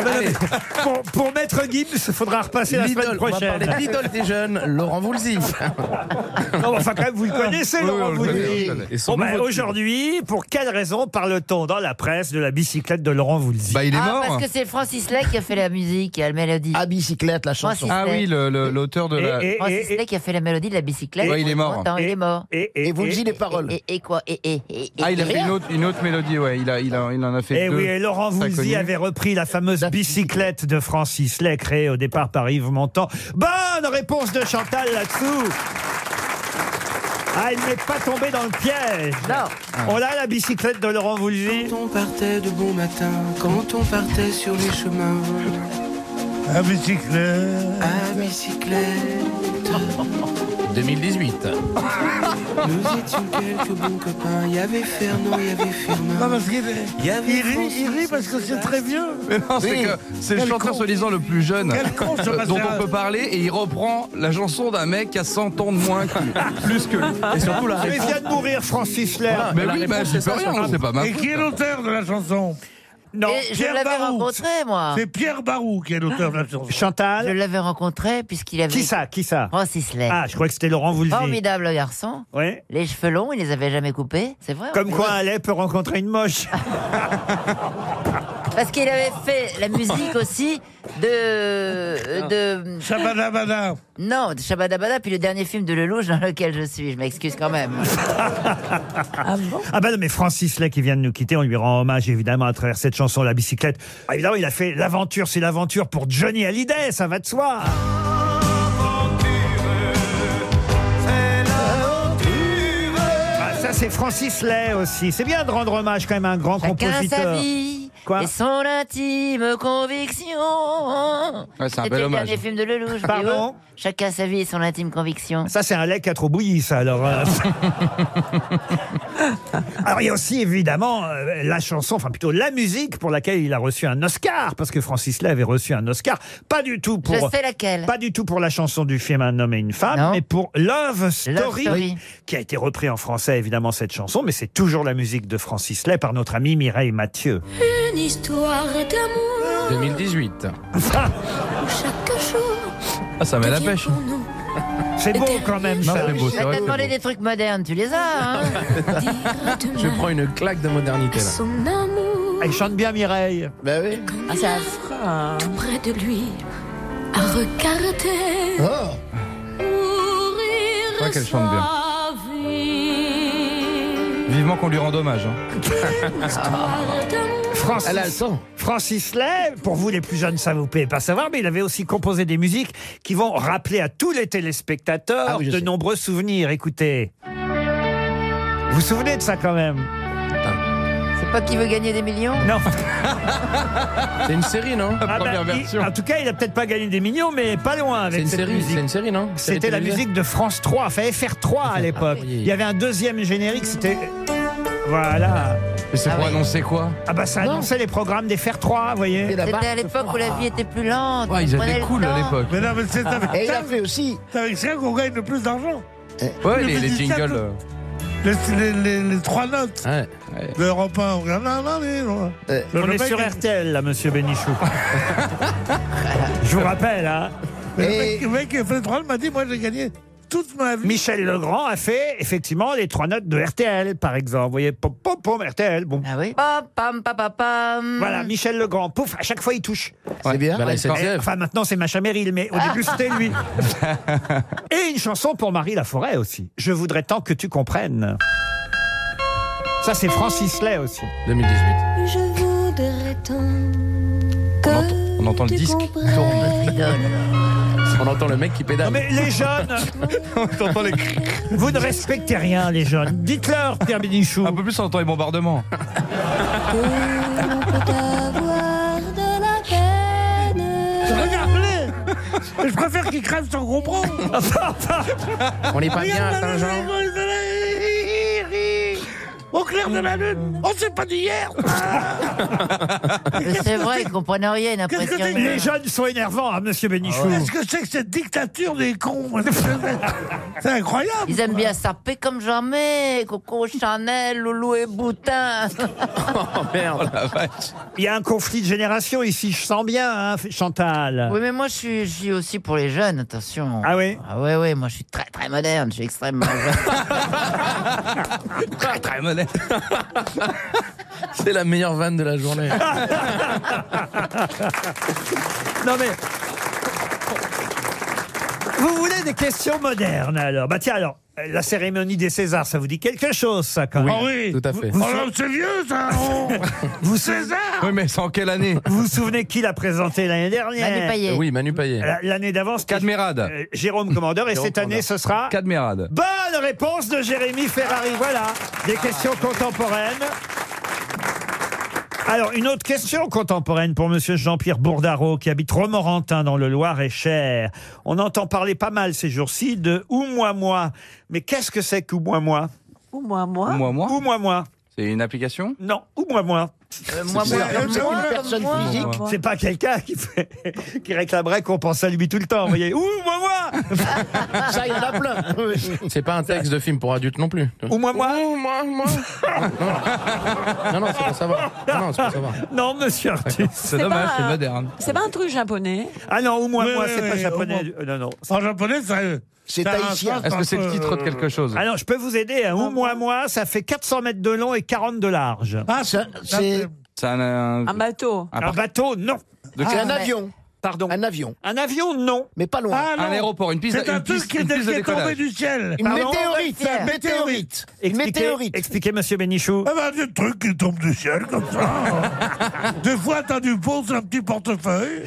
S4: Ah ben non,
S10: Allez.
S4: mais pour, pour Maître Gibbs, il faudra repasser la semaine
S10: l'idole, on va
S4: prochaine.
S10: parler de l'idole des jeunes, Laurent Voulzy.
S4: Non, mais enfin, quand même, vous le connaissez,
S5: Oui,
S4: Laurent
S5: oui, on le connaît,
S4: Voulzy.
S5: on le connaît.
S10: Et son
S4: Bon, ben,
S10: nouveau tube.
S4: Aujourd'hui, pour quelle raison parle-t-on dans la presse de la bicyclette de Laurent Voulzy
S5: Bah, il est
S7: Ah,
S5: mort.
S7: parce que c'est Francis Lay qui a fait la musique, la mélodie.
S9: À Ah, bicyclette, la chanson.
S7: Moi,
S5: Ah oui, le- le- l'auteur de
S4: Et-
S5: la.
S4: et-
S7: Francis
S4: et-
S7: Lay qui a fait la mélodie de la bicyclette.
S5: Ouais, il est mort.
S7: Attends, il
S4: et-
S7: est mort.
S4: et- et-
S9: Et vous
S4: et-
S9: les paroles.
S7: Et, et quoi et, et, et,
S5: Ah, il a
S7: et-
S5: fait une autre, une autre mélodie, ouais. Il, a, il, a, il en a fait
S4: Eh
S5: deux.
S4: oui, et Laurent
S5: Très
S4: Voulzy
S5: connu.
S4: avait repris la fameuse bicyclette de Francis Lay, créée au départ par Yves Montand. Bonne réponse de Chantal là-dessous ah, il n'est pas tombé dans le piège. Ah. On a la bicyclette de Laurent Voulzy.
S13: Quand on partait de bon matin, quand on partait sur les chemins,
S6: La bicyclette
S13: à bicyclette,
S10: 2018.
S13: nous étions quelques bons copains. Il y avait Fernand, il y avait
S6: Non,
S13: Firmin.
S6: parce qu'il est-
S13: Il y avait
S6: il rit,
S13: Francis
S6: il rit parce que c'est très vieux
S5: Mais non, c'est que c'est le
S6: Quel
S5: chanteur
S6: con.
S5: soi-disant le plus jeune
S6: Quel con, ce
S5: euh, dont
S6: bâtard.
S5: on peut parler et il reprend la chanson d'un mec qui a 100 ans de moins que lui. plus que lui.
S10: Et surtout la
S4: Mais il
S10: réponse.
S4: vient de mourir, Francis Lay.
S10: Voilà.
S5: Mais
S10: La
S5: oui,
S10: réponse,
S5: bah, j'y
S10: c'est ça,
S5: peux rien,
S10: surtout.
S5: c'est pas ma
S6: Et
S5: faute.
S6: qui est l'auteur de la chanson
S4: Non.
S7: et je
S6: Pierre
S7: l'avais
S6: Barou.
S7: rencontré, moi.
S6: C'est Pierre Barou qui est l'auteur de la chanson.
S7: Je
S4: Chantal.
S7: l'avais rencontré puisqu'il avait.
S4: Qui ça Qui ça
S7: Francis Lay. Oh,
S4: Ah, je crois que c'était Laurent Voulzy.
S7: Formidable garçon.
S4: Ouais.
S7: Les cheveux longs, il les avait jamais coupés, c'est vrai. Ah
S4: Comme quoi, un lait peut rencontrer une moche.
S7: Parce qu'il avait fait la musique aussi
S14: de. de
S6: Shabadabada.
S14: Non, de Shabadabada, puis le dernier film de Lelouch dans lequel je suis. Je m'excuse quand même.
S4: Ah, bah non, mais Francis Lay qui vient de nous quitter, on lui rend hommage évidemment à travers cette chanson La bicyclette. Ah, évidemment, il a fait l'aventure, c'est l'aventure pour Johnny Hallyday, ça va de soi. Ah, ça c'est Francis Lay aussi. C'est bien de rendre hommage quand même à un grand
S14: Chacun
S4: compositeur.
S14: sa vie
S4: euh, Quoi
S14: et son intime conviction.
S4: Ouais, c'est un
S14: C'était
S4: bel
S14: le
S4: hommage.
S14: dernier film de Lelouch.
S4: Pardon
S14: Pardon Chacun sa vie et son intime conviction.
S4: Ça, c'est un lait qui a trop bouilli, ça, alors. euh. alors, il y a aussi, évidemment, euh, la chanson, enfin, plutôt la musique pour laquelle il a reçu un Oscar, parce que Francis Lay avait reçu un Oscar. Pas du tout pour.
S14: Je sais laquelle.
S4: Pas du tout pour la chanson du film Un homme et une femme, mais pour Love Story,
S14: Story.
S4: qui a été repris en français, évidemment, cette chanson, mais c'est toujours la musique de Francis Lay par notre ami Mireille Mathieu.
S15: Une histoire d'amour
S4: 2018.
S15: où chaque jour
S5: Ah, ça met la
S15: devient
S5: pêche.
S15: pour nous
S4: C'est beau quand même,
S5: Non,
S4: ça.
S5: c'est beau,
S14: Je
S5: c'est
S14: vais
S5: vrai.
S14: te demander des trucs modernes, tu les as, hein
S10: Je prends une claque de modernité là.
S15: son amour
S4: Elle chante bien Mireille.
S10: Bah oui.
S15: Ah, tout près de lui à regarder mourir
S5: Je crois Ah. qu'elle chante bien.
S15: sa vie.
S5: Vivement qu'on lui rende hommage. hein.
S4: Francis,
S5: Elle a le sang.
S4: Francis Lay, pour vous les plus jeunes, ça vous plaît pas savoir, mais il avait aussi composé des musiques qui vont rappeler à tous les téléspectateurs
S5: Ah
S4: de nombreux souvenirs. Écoutez. Vous vous souvenez de ça quand même
S14: C'est pas qui veut gagner des millions
S4: Non.
S10: C'est une série, non
S4: Ah bah, il- en tout cas, il a peut-être pas gagné des millions, mais pas loin avec
S10: C'est une
S4: cette
S10: série,
S4: musique.
S10: c'est une série, non Série
S4: C'était la
S10: télévisée
S4: musique de France 3, enfin FR3 à
S14: Ah
S4: l'époque. Il y avait un deuxième générique, c'était. Voilà.
S5: Et c'est pour annoncer quoi
S4: Ah bah ça
S14: Non.
S4: annonçait les programmes des FR3, vous voyez.
S14: C'était à l'époque Ah. où la vie était plus lente.
S4: Ouais, ils
S14: on prenait
S4: étaient
S14: le
S4: cool à
S14: temps.
S4: l'époque.
S6: Mais non, mais c'est avec
S9: Et il
S6: ça-
S9: a fait aussi.
S6: c'est avec ça qu'on gagne le plus d'argent.
S5: Ouais,
S6: Le
S5: les, les
S6: musicien,
S5: jingles.
S6: tout-
S5: euh,
S6: Les, les- les- les trois notes. L'Europe 1, on regarde. Non, non, mais non. Le-
S4: On
S6: le
S4: est
S6: mec,
S4: sur
S6: il-
S4: RTL là, monsieur Bénichou. Je vous rappelle, hein.
S6: Mais le mec- Le mec qui a fait le troll m'a dit Moi, j'ai gagné toute ma vie.
S4: Michel Legrand a fait effectivement les trois notes de RTL, par exemple. Vous voyez, pom pom pom RTL. Bon.
S14: Ah oui. Pam, pam, pam, pam, pam.
S4: Voilà, Michel Legrand, pouf, à chaque fois il touche.
S10: C'est bien. Bah, la SNCF.
S4: Et- Enfin, maintenant c'est Macha Meryl, mais au début c'était lui. Et une chanson pour Marie Laforêt aussi. Je voudrais tant que tu comprennes. Ça, c'est Francis Lay aussi.
S10: 2018.
S15: Je voudrais tant
S5: On entend, on entend le
S15: tu
S5: disque
S15: comprennes.
S10: On entend le mec qui pédale.
S4: Non mais les jeunes Vous ne respectez rien, les jeunes. Dites-leur, Pierre Bénichou.
S5: Un peu plus on entend les bombardements.
S15: que l'on peut avoir de la peine.
S6: Regarde-les Je préfère qu'il crève sans comprendre.
S10: On n'est pas bien à Saint-Jean.
S6: Au clair de la lune, on s'est pas dit hier.
S14: Mais C'est vrai, ils comprenaient rien, une
S6: Qu'est-ce que
S14: impression
S6: t'as dit
S14: humaine.
S4: Les jeunes sont énervants, hein, monsieur Bénichou.
S6: Qu'est-ce que c'est que cette dictature des cons moi, c'est- C'est incroyable.
S14: Ils aiment bien saper comme jamais. Coco Chanel, Loulou et Boutin.
S10: Oh merde.
S4: Il y a un conflit de génération ici, je sens bien, hein, Chantal.
S14: Oui, mais moi, je suis, je suis aussi pour les jeunes, attention.
S4: Ah oui
S14: Ah ouais, ouais, moi, je suis très, très moderne. Je suis extrêmement jeune.
S5: Très, très modeste.
S10: C'est la meilleure vanne de la journée.
S4: Non mais. Vous voulez des questions modernes alors Bah tiens alors, euh, la cérémonie des Césars, ça vous dit quelque chose ça quand même
S6: Ah oui.
S10: Tout à fait.
S6: Oh là, c'est vieux ça. oh.
S4: Vous sou-
S6: César.
S5: Oui, mais c'est en quelle année
S4: vous, vous souvenez qui l'a présenté l'année dernière
S14: Manu Payet.
S10: Oui, Manu Payet.
S4: La- L'année d'avant, c'était
S5: Cadmerade.
S4: euh, Jérôme Commandeur et
S10: Jérôme
S4: cette année
S10: Commandeur.
S4: ce sera
S5: Cadmerade.
S4: Bonne réponse de Jérémy Ferrari. Voilà, des questions contemporaines. Alors, une autre question contemporaine pour Monsieur Jean-Pierre Bourdaro, qui habite Romorantin dans le Loir-et-Cher. On entend parler pas mal ces jours-ci de « ou moi moi ». Mais qu'est-ce que c'est qu'ou moi moi
S8: Ou moi, moi.
S5: Moi,
S4: « Ou
S5: moi.
S4: moi moi
S5: C'est une application ».
S4: Non, « ou moi moi
S14: Euh, moi,
S9: C'est
S14: moi,
S9: bien.
S14: moi,
S9: C'est une
S14: moi,
S9: personne
S14: moi,
S9: physique.
S14: moi. ».
S4: C'est pas quelqu'un qui, fait- qui réclamerait qu'on pense à lui tout le temps, vous voyez. « Ou moi moi
S9: Ça, il y en a plein.
S10: C'est pas un texte de film pour adultes non plus. ».
S4: « Ou moi moi
S10: Oh, moi, moi.
S8: Ah,
S10: Non, non, c'est pour savoir. Non, non, c'est pour savoir. ».
S4: Non, monsieur Artus.
S5: C'est
S8: C'est
S5: dommage,
S8: pas
S5: c'est
S8: un-
S5: moderne.
S8: C'est pas un truc japonais.
S4: Ah non, « ou moi
S6: Oui,
S4: moi
S6: oui,
S4: c'est pas
S6: oui,
S4: japonais.
S6: au moins.
S4: Euh, Non, non.
S6: En japonais, sérieux.
S9: C'est
S6: Ça a un
S9: haïtien.
S6: sens euh,
S5: Est-ce
S6: un
S5: que c'est le
S6: peu,
S5: titre de quelque chose
S4: Alors, Ah je peux vous aider. Un ou moi moi, ça fait 400 mètres de long et 40 de large.
S6: Ah,
S9: Ça,
S6: ça,
S9: c'est
S5: C'est un, un-
S8: Un bateau.
S5: un
S4: Un
S5: parc
S4: bateau, non.
S9: c'est un
S14: ouais.
S9: avion.
S4: Pardon
S9: Un avion.
S4: Un avion, non.
S9: Mais pas loin.
S5: Un aéroport, une piste-
S6: Ah, C'est un
S5: une
S6: truc
S5: piste-
S6: qui
S5: une
S6: est,
S5: piste
S6: qui
S5: de
S6: est tombé
S5: décollage.
S6: du ciel.
S5: Une météorite,
S6: Une
S5: une
S6: météorite.
S4: Expliquez, Expliquez, monsieur Bénichou.
S6: Ah ben, des trucs qui tombent du ciel comme ça. Des fois, t'as du pot, c'est un petit portefeuille.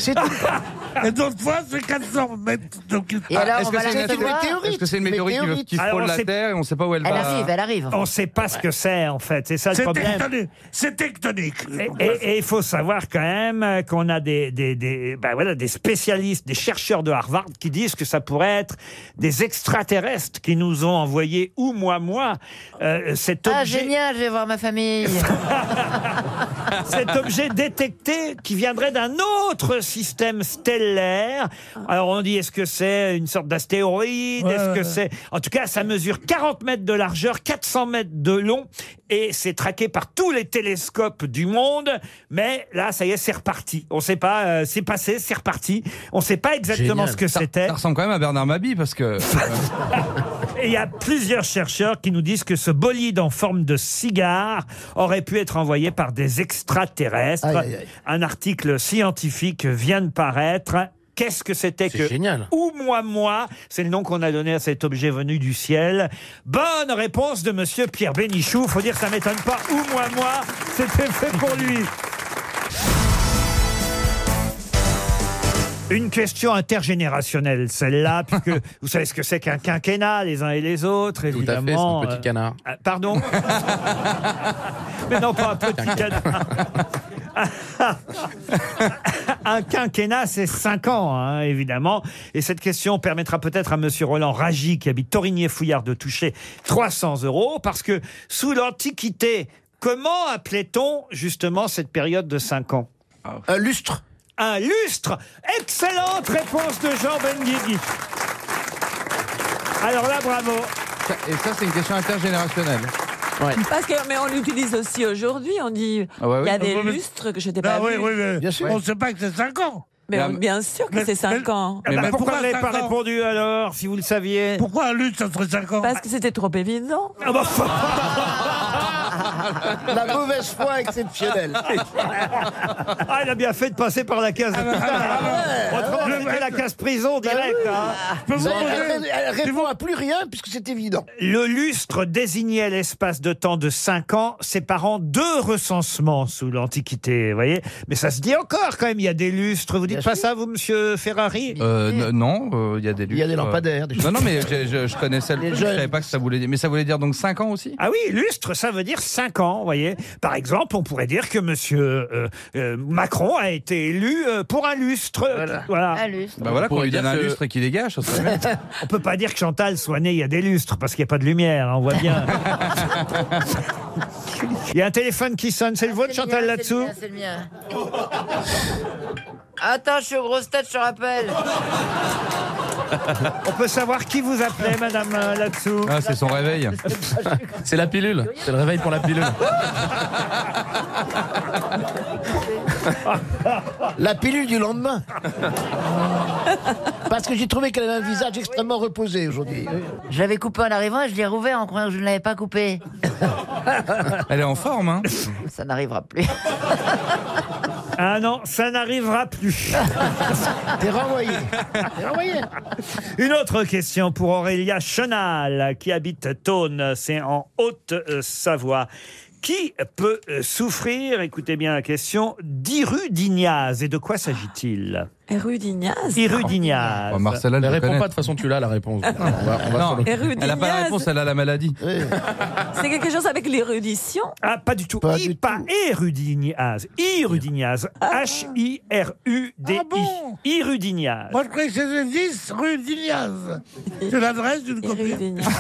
S6: Et d'autres fois, c'est 400 mètres. Donc,
S14: Et alors,
S5: Ah,
S14: on va la
S5: une
S14: recevoir
S5: Est-ce que c'est une météorite, qui- qui,
S4: Alors,
S5: frôle
S4: on
S5: la
S4: sait-
S5: Terre et on ne sait pas où elle
S14: Elle
S5: va
S14: arrive, elle arrive.
S4: On ne sait pas ce que c'est, en fait. C'est ça le
S6: C'est
S4: problème.
S6: tectonique. C'est tectonique.
S4: Et- Et il faut savoir quand même euh, qu'on a des, des, des- ben voilà, des spécialistes, des chercheurs de Harvard qui disent que ça pourrait être des extraterrestres qui nous ont envoyé, ou moi, moi, euh, cet
S14: Ah,
S4: objet,
S14: génial, je vais voir ma famille.
S4: cet objet détecté qui viendrait d'un autre système stellaire. Alors on dit, est-ce que c'est une sorte d'astéroïde
S6: Ouais,
S4: Est-ce que
S6: ouais.
S4: c'est... En tout cas, ça mesure 40 mètres de largeur, 400 mètres de long, et c'est traqué par tous les télescopes du monde. Mais là, ça y est, c'est reparti. On ne sait pas, euh, c'est passé, c'est reparti. On ne sait pas exactement ce que
S5: Ça-
S4: c'était.
S5: Ça ressemble quand même à Bernard Mabie parce que.
S4: Et il y a plusieurs chercheurs qui nous disent que ce bolide en forme de cigare aurait pu être envoyé par des extraterrestres.
S10: Aïe, aïe, aïe.
S4: Un article scientifique vient de paraître. Qu'est-ce que c'était que
S10: génial.
S4: Ou moi moi, c'est le nom qu'on a donné à cet objet venu du ciel. Bonne réponse de Monsieur Pierre Bénichou. Faut dire ça m'étonne pas. Ou moi moi, c'était fait pour lui. Une question intergénérationnelle, celle-là, puisque vous savez ce que c'est qu'un quinquennat, les uns et les autres,
S10: Tout à fait, c'est
S4: évidemment.
S10: un petit
S4: Euh,
S10: canard.
S4: ah, Pardon Mais non, pas un petit canard. un quinquennat, c'est 5 ans, hein, évidemment. Et cette question permettra peut-être à Monsieur Roland Ragy, qui habite Torigné-Fouillard, de toucher 300 euros, parce que sous l'Antiquité, comment appelait-on justement cette période de 5 ans
S9: Un lustre.
S4: Un lustre Excellente réponse de Jean Benguigui. Alors là, bravo.
S5: Et ça, c'est une question intergénérationnelle. Ouais.
S8: Parce que, mais on l'utilise aussi aujourd'hui. On dit,
S5: Ah ouais, oui.
S8: il y a des
S5: Ah, mais-
S8: lustres que je n'ai pas
S6: Ah oui,
S8: vus.
S6: oui, mais
S5: Bien sûr.
S6: on ne sait pas que c'est 5 ans.
S8: Mais
S5: Mais-
S8: on- bien sûr que
S6: mais-
S8: c'est 5
S6: mais-
S11: Ah,
S8: ans.
S4: Eh ben,
S11: bah,
S5: mais-
S4: pourquoi vous n'avez pas
S6: cinq ans
S4: répondu alors, si vous le saviez
S6: Pourquoi un lutte, ça serait 5 ans
S8: Parce que c'était trop évident.
S4: Ah bah,
S9: La mauvaise foi exceptionnelle.
S4: Ah, il a bien fait de passer par la case. Autrement,
S6: ouais.
S4: c'était la case prison direct. hein.
S6: Je peux vous
S9: Elle,
S6: poser-
S9: Ah. elle- elle répond à plus rien puisque c'est évident.
S4: Le lustre désignait l'espace de temps de 5 ans séparant deux recensements sous l'Antiquité, vous voyez Mais ça se dit encore quand même, il y a des lustres. Vous dites
S9: Bien
S4: pas
S9: sûr.
S4: ça, vous, monsieur Ferrari
S5: Euh, n- non, euh, il y a des
S9: Il y a des
S5: lustres, euh,
S9: lampadaires, des
S5: Non,
S9: choses.
S5: non, mais je, je- je connaissais le
S9: Les
S5: truc, je
S9: jeunes.
S5: savais pas que ça voulait dire. Mais ça voulait dire donc 5 ans aussi
S4: Ah oui, lustre, ça veut dire 5 ans, vous voyez Par exemple, on pourrait dire que monsieur euh, euh, Macron a été élu euh, pour un lustre. Voilà.
S14: Un lustre.
S5: Bah voilà,
S10: pourrait
S5: qu'on lui
S10: dire
S5: donne un
S10: que-
S5: lustre et qu'il dégage. ça serait bien.
S4: On peut pas dire que Chantal soit née il y a des lustres parce qu'il n'y a pas de lumière, hein, on voit bien. Il y a un téléphone qui sonne, c'est le vôtre
S14: Ah, C'est le
S4: Chantal
S14: mien, c'est le
S4: là-dessous
S14: mien, C'est le mien. Attends, je suis aux grosses têtes, je te rappelle.
S4: On peut savoir qui vous appelait madame euh, là-dessous
S5: Ah, c'est son réveil.
S10: C'est la pilule. C'est le réveil pour la pilule.
S9: La pilule du lendemain. Parce que j'ai trouvé qu'elle avait un visage extrêmement reposé aujourd'hui.
S14: Je l'avais coupé en arrivant et je l'ai rouvert en croyant que je ne l'avais pas coupé.
S5: Elle est en forme, hein
S14: Ça n'arrivera plus.
S4: Ah non, ça n'arrivera plus.
S9: T'es renvoyé. T'es renvoyé.
S4: Une autre question pour Aurélia Chenal qui habite Thône, c'est en Haute-Savoie. Qui peut euh, souffrir, écoutez bien la question, d'irudiniase Et de quoi s'agit-il
S8: Et Rue d'Ignaz.
S4: Irudiniase.
S8: Ah,
S5: Bon, Marcella, elle
S10: Ne
S5: le
S10: réponds
S5: connaît.
S10: pas, de toute façon, tu l'as la réponse. On va- on va
S5: Non,
S10: sur le-
S8: Érudit
S5: elle n'a pas la
S8: Niaz.
S5: réponse, elle a la maladie.
S8: C'est quelque chose avec l'érudition.
S4: Ah, pas du tout.
S9: Pas
S4: I-
S9: du
S4: pas Irudiniase. Irudiniase.
S8: Ah.
S4: H-I-R-U-D-I.
S6: Ah bon
S4: Irudiniase.
S6: Moi, je croyais que c'était 10 rue d'Ignaz. C'est l'adresse d'une copine.
S8: Érudiniaz.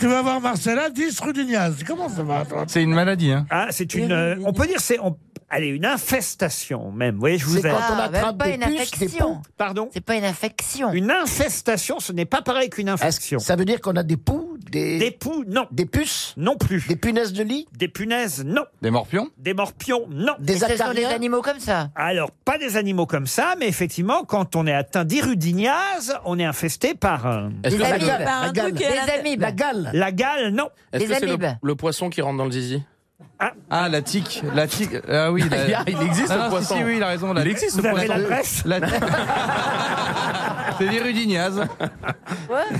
S6: Tu vas voir Marcella, 10 rue d'Ignaz. Comment ça va, toi
S5: C'est une maladie, hein
S4: Ah, c'est une. euh, on peut dire c'est. on- Allez, une infestation même. Vous voyez, je vous
S9: C'est
S4: ai.
S9: quand on
S14: Ah, même
S9: attrape
S14: pas
S9: des
S14: une
S9: puces, des
S14: infection.
S9: poux.
S4: Pardon.
S14: C'est pas une affection.
S4: Une infestation, ce n'est pas pareil qu'une
S9: Est-ce que
S4: infection.
S9: Ça veut dire qu'on a des poux, des,
S4: Des poux, non.
S9: des puces,
S4: Non plus.
S9: des punaises de lit,
S4: Des punaises, non.
S5: Des morpions
S4: Des morpions, non.
S14: Et
S9: des
S14: ce sont des
S9: acariens.
S14: animaux comme ça.
S4: Alors, pas des animaux comme ça, mais effectivement, quand on est atteint d'irudiniase, on est infesté par euh,
S10: Est-ce que
S14: Des
S10: c'est
S14: amibes.
S10: le,
S8: Par un
S9: la gale.
S8: truc qui est à
S14: Des
S8: l'intérieur.
S14: amibes.
S9: La gale.
S4: la gale, non.
S10: est-ce
S14: Des
S10: que c'est le,
S14: amibes.
S10: le poisson qui rentre dans le zizi
S5: Ah, la tique, la tique. Ah oui, la-
S10: Il y a- il existe,
S5: Non,
S10: ce
S5: non, si,
S10: poisson.
S5: Si, oui, il a raison. La...
S10: Il existe, ce Vous avez poisson. l'adresse
S5: La- C'est des Rudignaz.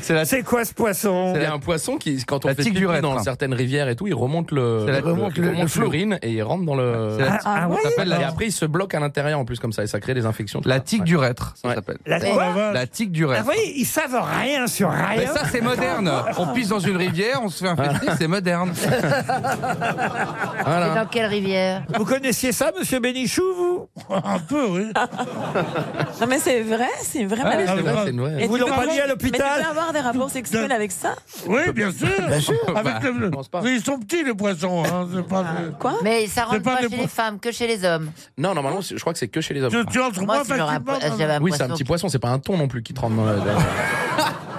S10: C'est
S4: quoi ce poisson
S10: Il y a un poisson qui, quand on
S5: La
S10: fait
S5: tique
S10: pipi
S5: du rêve,
S10: dans
S5: hein.
S10: certaines rivières et tout, il remonte le,
S5: C'est la-
S10: il remonte le,
S5: le-
S10: il remonte
S5: le flot.
S10: l'urine et il rentre dans le.
S5: C'est la- Ah, ah ouais,
S10: ça s'appelle la- et
S5: d'accord.
S10: après, il se bloque à l'intérieur en plus comme ça et ça crée des infections.
S5: La tique du rêtre, ça s'appelle.
S10: La
S5: Ouais.
S10: quoi
S5: La tique du rêtre.
S4: Ah, Vous voyez, ils savent rien sur rien.
S5: Mais ça, c'est moderne. On pisse dans une rivière, on se fait infecter, c'est moderne.
S14: Et dans quelle rivière
S4: Vous connaissiez ça, monsieur Bénichou, vous
S6: Un peu, oui.
S8: Non, mais c'est vrai, c'est vraiment.
S6: Ah oui, c'est vrai, c'est vrai. Vous
S8: tu
S6: l'ont
S8: peux
S6: pas dit à
S8: avoir-
S6: l'hôpital
S8: Mais tu peux avoir des rapports sexuels avec ça
S6: Oui, bien sûr.
S8: Bien sûr.
S6: Avec
S8: Bah,
S6: le-
S8: je pense pas. Ah.
S6: Mais ils sont petits, les poissons. hein, c'est pas-
S8: Quoi
S14: Mais ça rentre
S6: C'est pas
S14: pas,
S6: des
S14: chez
S6: po-
S14: les femmes, que chez les hommes.
S10: Non, normalement, c'est- je crois que c'est que chez les hommes.
S14: Tu- tu entres Moi, pas si j'aurais un facilement, po- quand si j'avais un même.
S10: Oui, c'est un
S14: poisson
S10: petit poisson, c'est pas un thon non plus qui te rentre dans le.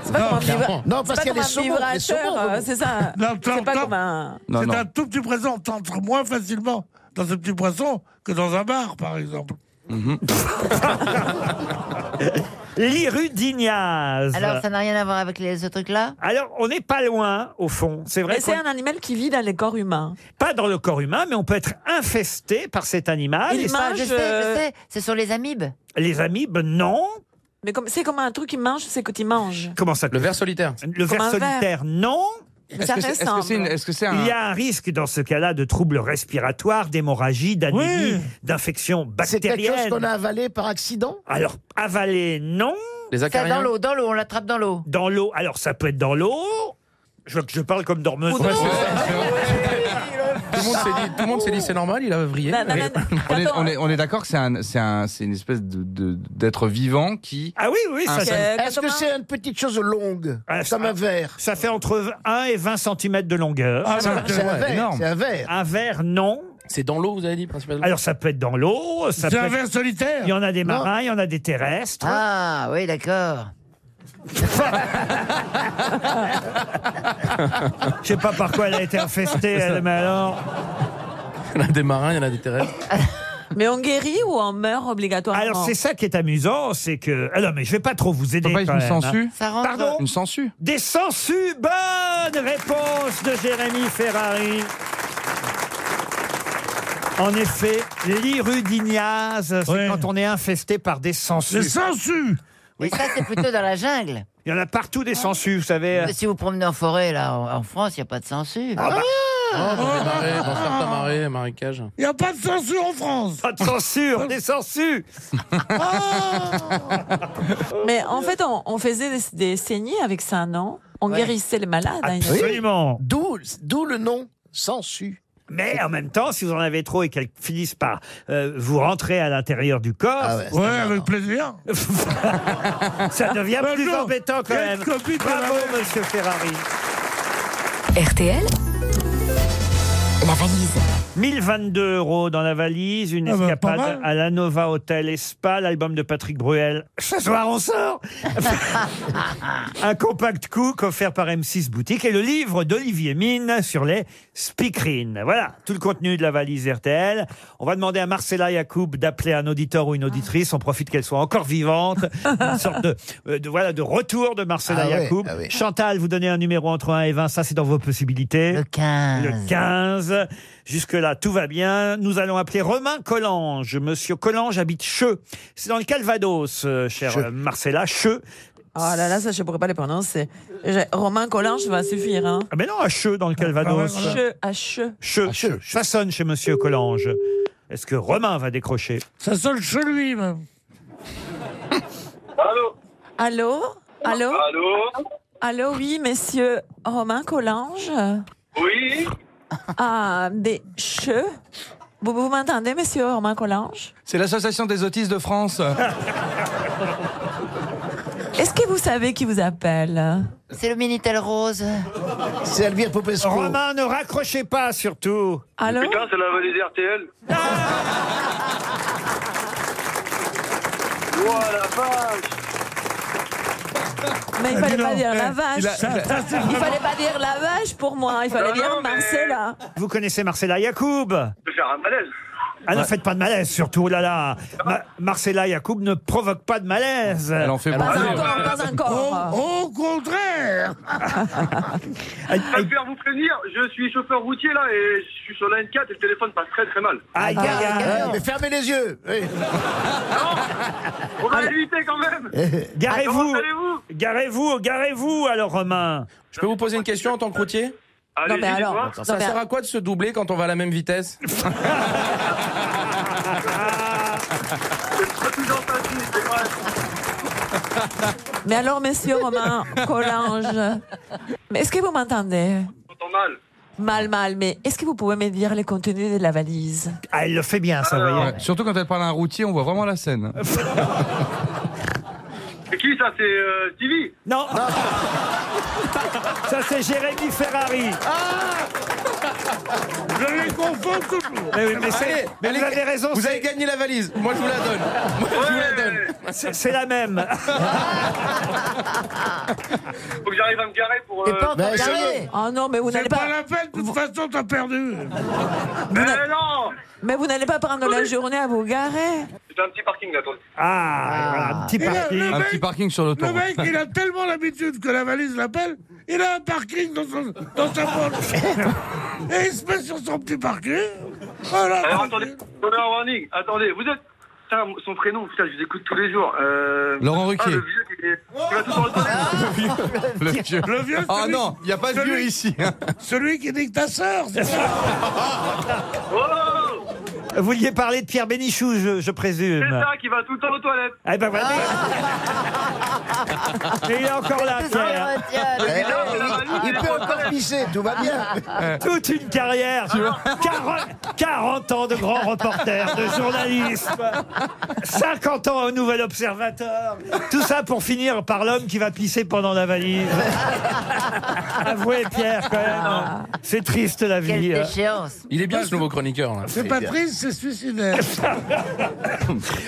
S8: C'est pas comme un vibra-
S10: Non,
S8: c'est
S10: parce
S8: pas
S10: qu'il y a
S8: comme
S10: les
S8: un
S10: saumons, les
S8: vibrateur,
S10: saumons,
S8: euh,
S10: vraiment.
S8: C'est ça.
S6: Non,
S8: C'est pas comme un.
S6: C'est
S10: Non, non.
S6: un tout petit poisson. T'entres moins facilement dans ce petit poisson que dans un bar, par exemple.
S10: Mhm.
S4: L'Irudignaz.
S14: Alors, ça n'a rien à voir avec les- ce truc-là
S8: Ah,
S4: Alors, on n'est pas loin, au fond. C'est vrai.
S8: Mais c'est
S4: qu'on-
S8: un animal qui vit dans les corps humains.
S4: Pas dans le corps humain, mais on peut être infesté par cet animal. Et-
S14: Ah, Je sais,
S8: euh,
S14: je sais, ce sont les amibes.
S4: Les amibes, non.
S8: Mais comme c'est comme un truc qui mange, c'est que tu manges.
S4: Comment ça
S10: Le ver solitaire.
S4: Le
S8: Comme
S4: ver
S8: un ver.
S4: solitaire, non.
S8: Mais ça Est-ce que c'est- est-ce que ressemble. c'est une- est-ce que c'est un-
S4: Il y a un risque dans ce cas-là de troubles respiratoires, d'hémorragie, d'anémie, d'infection
S9: C'est quelque chose
S4: bactérienne.
S9: qu'on a avalé par accident
S4: Alors, avaler, non.
S10: Les
S14: C'est dans l'eau, dans l'eau, on l'attrape dans l'eau.
S4: Dans l'eau. Alors, ça peut être dans l'eau. Je vois que je parle comme dormeuse.
S10: Ouais, c'est vrai, c'est vrai. Tout le monde s'est dit- tout le monde s'est dit, c'est normal, il a vrillé.
S5: On est, on est- on est d'accord que c'est un- c'est un- c'est une espèce de- de- d'être vivant qui.
S4: Ah oui, oui, ça,
S5: Un
S4: ça-
S5: seul-
S9: Est-ce que c'est une petite chose longue
S4: Ah,
S9: Comme un verre.
S4: Ça fait entre 1 et 20 cm de longueur.
S9: Ah, c'est un- c'est un verre, c'est un verre.
S4: Un verre, non.
S10: C'est dans l'eau, vous avez dit, principalement
S4: Alors, ça peut être dans l'eau. ça
S6: C'est
S4: peut
S6: un
S4: être-
S6: ver solitaire
S4: Il y en a des
S6: Non.
S4: marins, il y en a des terrestres.
S14: Ah, oui, d'accord.
S4: Je sais pas par quoi elle a été infestée, elle, mais alors.
S10: Il y en a des marins, il y en a des terrestres.
S8: Mais on guérit ou on meurt obligatoirement
S4: Alors c'est ça qui est amusant, c'est que. Ah non, mais je vais pas trop vous aider.
S5: Faut pas
S4: quand
S5: une
S4: même,
S5: sangsue
S4: hein.
S5: Ça rentre-
S4: Pardon
S5: Une sangsue
S4: Des sangsues. Bonne réponse de Jérémy Ferrari. En effet, l'irudignase, c'est quand on est infesté par des sangsues.
S6: Les sangsues
S14: Et ça, c'est plutôt dans la jungle.
S4: Il y en a partout des sangsues, vous savez.
S14: Si vous promenez en forêt, là, en, en France, il n'y a pas de Ah. sangsue.
S10: Oh, dans les marais, dans certains marais, marécages.
S6: Il n'y a pas de censure en France.
S4: Pas de censure, des sangsues.
S6: Ah
S8: Mais en fait, on, on faisait des, des saignées avec ça, non On guérissait les malades. hein, il y a-
S4: Absolument.
S9: D'où, d'où le nom sangsu.
S4: Mais en même temps, si vous en avez trop et qu'elles finissent par euh, vous rentrer à l'intérieur du corps,
S6: Ouais, avec plaisir.
S4: ça devient
S6: Ben
S4: plus
S6: non,
S4: embêtant quand
S6: quelle
S4: même.
S6: copie de
S4: Bravo,
S6: la mère.
S4: monsieur Ferrari.
S3: RTL, la valise.
S4: 1022 euros dans la valise, une
S6: Ah bah,
S4: escapade
S6: pas mal.
S4: à la Nova Hotel et Spa, l'album de Patrick Bruel. Ce soir, on sort Un compact cook offert par M6 Boutique et le livre d'Olivier Mine sur les speakerines. Voilà, tout le contenu de la valise RTL. On va demander à Marcella Yacoub d'appeler un auditeur ou une auditrice. On profite qu'elle soit encore vivante. Une sorte de, euh, de- voilà, de retour de Marcella
S9: Ah ouais,
S4: Yacoub.
S9: ah ouais.
S4: Chantal, vous donnez un numéro entre 1 et 20. Ça, c'est dans vos possibilités.
S14: Le 15.
S4: Le 15. Jusque-là, tout va bien. Nous allons appeler Romain Collange. Monsieur Collange habite Cheux. C'est dans le Calvados, euh, cher euh, Marcella. Cheux.
S8: Oh là là, ça, je pourrais pas les prononcer. J'ai- Romain Collange va suffire. Hein.
S4: Ah, mais non, à Cheux, dans le Calvados.
S8: Che, à che.
S4: Cheux. Ça sonne chez Monsieur Collange. Est-ce que Romain va décrocher
S6: Ça sonne chez lui, même.
S8: Allô Allô Allô, oui, monsieur Romain Collange
S16: Oui
S8: Ah, des che. Vous, vous m'entendez, monsieur Romain Collange
S5: C'est l'association des autistes de France.
S8: Est-ce que vous savez qui vous appelle
S14: C'est le Minitel Rose.
S9: C'est Ah, Elvire Popesco.
S4: Romain, ne raccrochez pas, surtout.
S8: Allô
S16: Putain, c'est la valise RTL. Ouah, la vache
S8: Mais il
S6: Ah,
S8: fallait
S6: dis
S8: pas
S6: donc,
S8: dire
S6: eh,
S8: la vache.
S6: il a- ça, ça, c'est
S8: Il
S6: vraiment-
S8: fallait pas dire la vache pour moi. Il fallait
S16: Non,
S8: dire
S16: non, mais-
S8: Marcella.
S4: Vous connaissez Marcella Yacoub
S16: Je vais faire un malaise.
S4: Ah non, faites pas de malaise, surtout. Oh là là. Ma- Marcella Yacoub ne provoque pas de malaise. Elle en fait
S7: Pas encore,
S16: hein.
S7: pas encore.
S6: Au, contraire
S16: J'espère vous prévenir, je suis chauffeur routier là et je suis sur la N4 et le téléphone passe très très mal.
S4: Aïe, aïe,
S7: Ah,
S4: aïe, aïe.
S9: ah, Mais fermez les yeux. oui.
S16: On va l'éviter quand même
S4: Garez-vous. Garez-vous, garez-vous, alors, Romain.
S10: Je peux vous poser une question en tant que routier
S16: Allez,
S8: mais alors,
S10: Attends, Ça
S8: non, mais-
S10: sert à quoi de se doubler quand on va à la même vitesse
S8: Mais alors, monsieur Romain Collange, mais est-ce que vous m'entendez
S16: J'entends mal.
S8: Mal, mal, mais est-ce que vous pouvez me dire le contenu de la valise
S4: Ah, elle le fait bien, ça, vous voyez.
S5: Surtout quand elle parle à un routier, on voit vraiment la scène.
S16: C'est qui ça C'est euh, Stevie
S4: Non Ça, c'est Jérémy Ferrari.
S6: Je les confonds toujours
S4: Mais oui, mais c'est-
S10: Allez,
S4: mais
S10: allez,
S4: vous avez raison,
S10: Vous
S4: c'est-
S10: avez gagné la valise. Moi, je vous la donne. Moi, je vous la donne.
S4: C'est c'est la même.
S16: Faut que j'arrive à me garer pour. euh,
S9: Mais essayez.
S8: Oh non, mais vous
S6: C'est
S8: n'allez
S6: pas,
S8: pas,
S6: la peine, de toute façon, t'as perdu
S16: Mais non
S8: mais vous n'allez pas prendre la journée à vous garer.
S16: J'ai un petit parking là, attendez.
S4: Ah, voilà, un petit
S6: Et là,
S4: parti.
S6: le
S5: Un
S6: mec-
S5: petit parking sur
S6: Le
S5: l'autoroute.
S6: mec, il a tellement l'habitude que la valise l'appelle, il a un parking dans, son- dans sa poche. Et il se met sur son petit parking. Oh là
S16: Alors
S6: là.
S16: attendez, attendez un warning, attendez, vous êtes. Putain, son prénom, putain, je vous écoute tous les jours. Euh...
S5: Laurent
S16: Ah,
S5: Ruquier. Ah.
S16: le vieux qui est. Tu vas tout entendre.
S5: Le vieux.
S6: Le vieux,
S5: Oh
S6: celui,
S5: non, il n'y a pas de vieux
S6: celui-
S5: ici. hein.
S6: celui qui dit que ta sœur, c'est ça
S16: Oh
S4: Vous vouliez parler de Pierre Bénichou, je, je
S16: C'est
S4: présume.
S16: ça qui va tout le temps aux toilettes. Ah.
S4: Eh ben voilà. Mais il est encore là, Pierre.
S9: Eh, eh,
S16: non, la valise,
S9: il, il
S16: elle est
S9: peut
S16: pas
S9: encore
S16: prête.
S9: pisser, tout va bien.
S4: Toute une carrière.
S16: Ah.
S4: 40, 40 ans de grand reporter, de journaliste. 50 ans au Nouvel Observateur. Tout ça pour finir par l'homme qui va pisser pendant la valise. Avouez, Pierre, quand
S16: Ah.
S4: même. hein. C'est triste, la
S14: Quelle
S4: vie. hein.
S14: déchéance.
S10: Il est bien ce nouveau chroniqueur. Là.
S6: C'est pas triste, c'est suicidaire.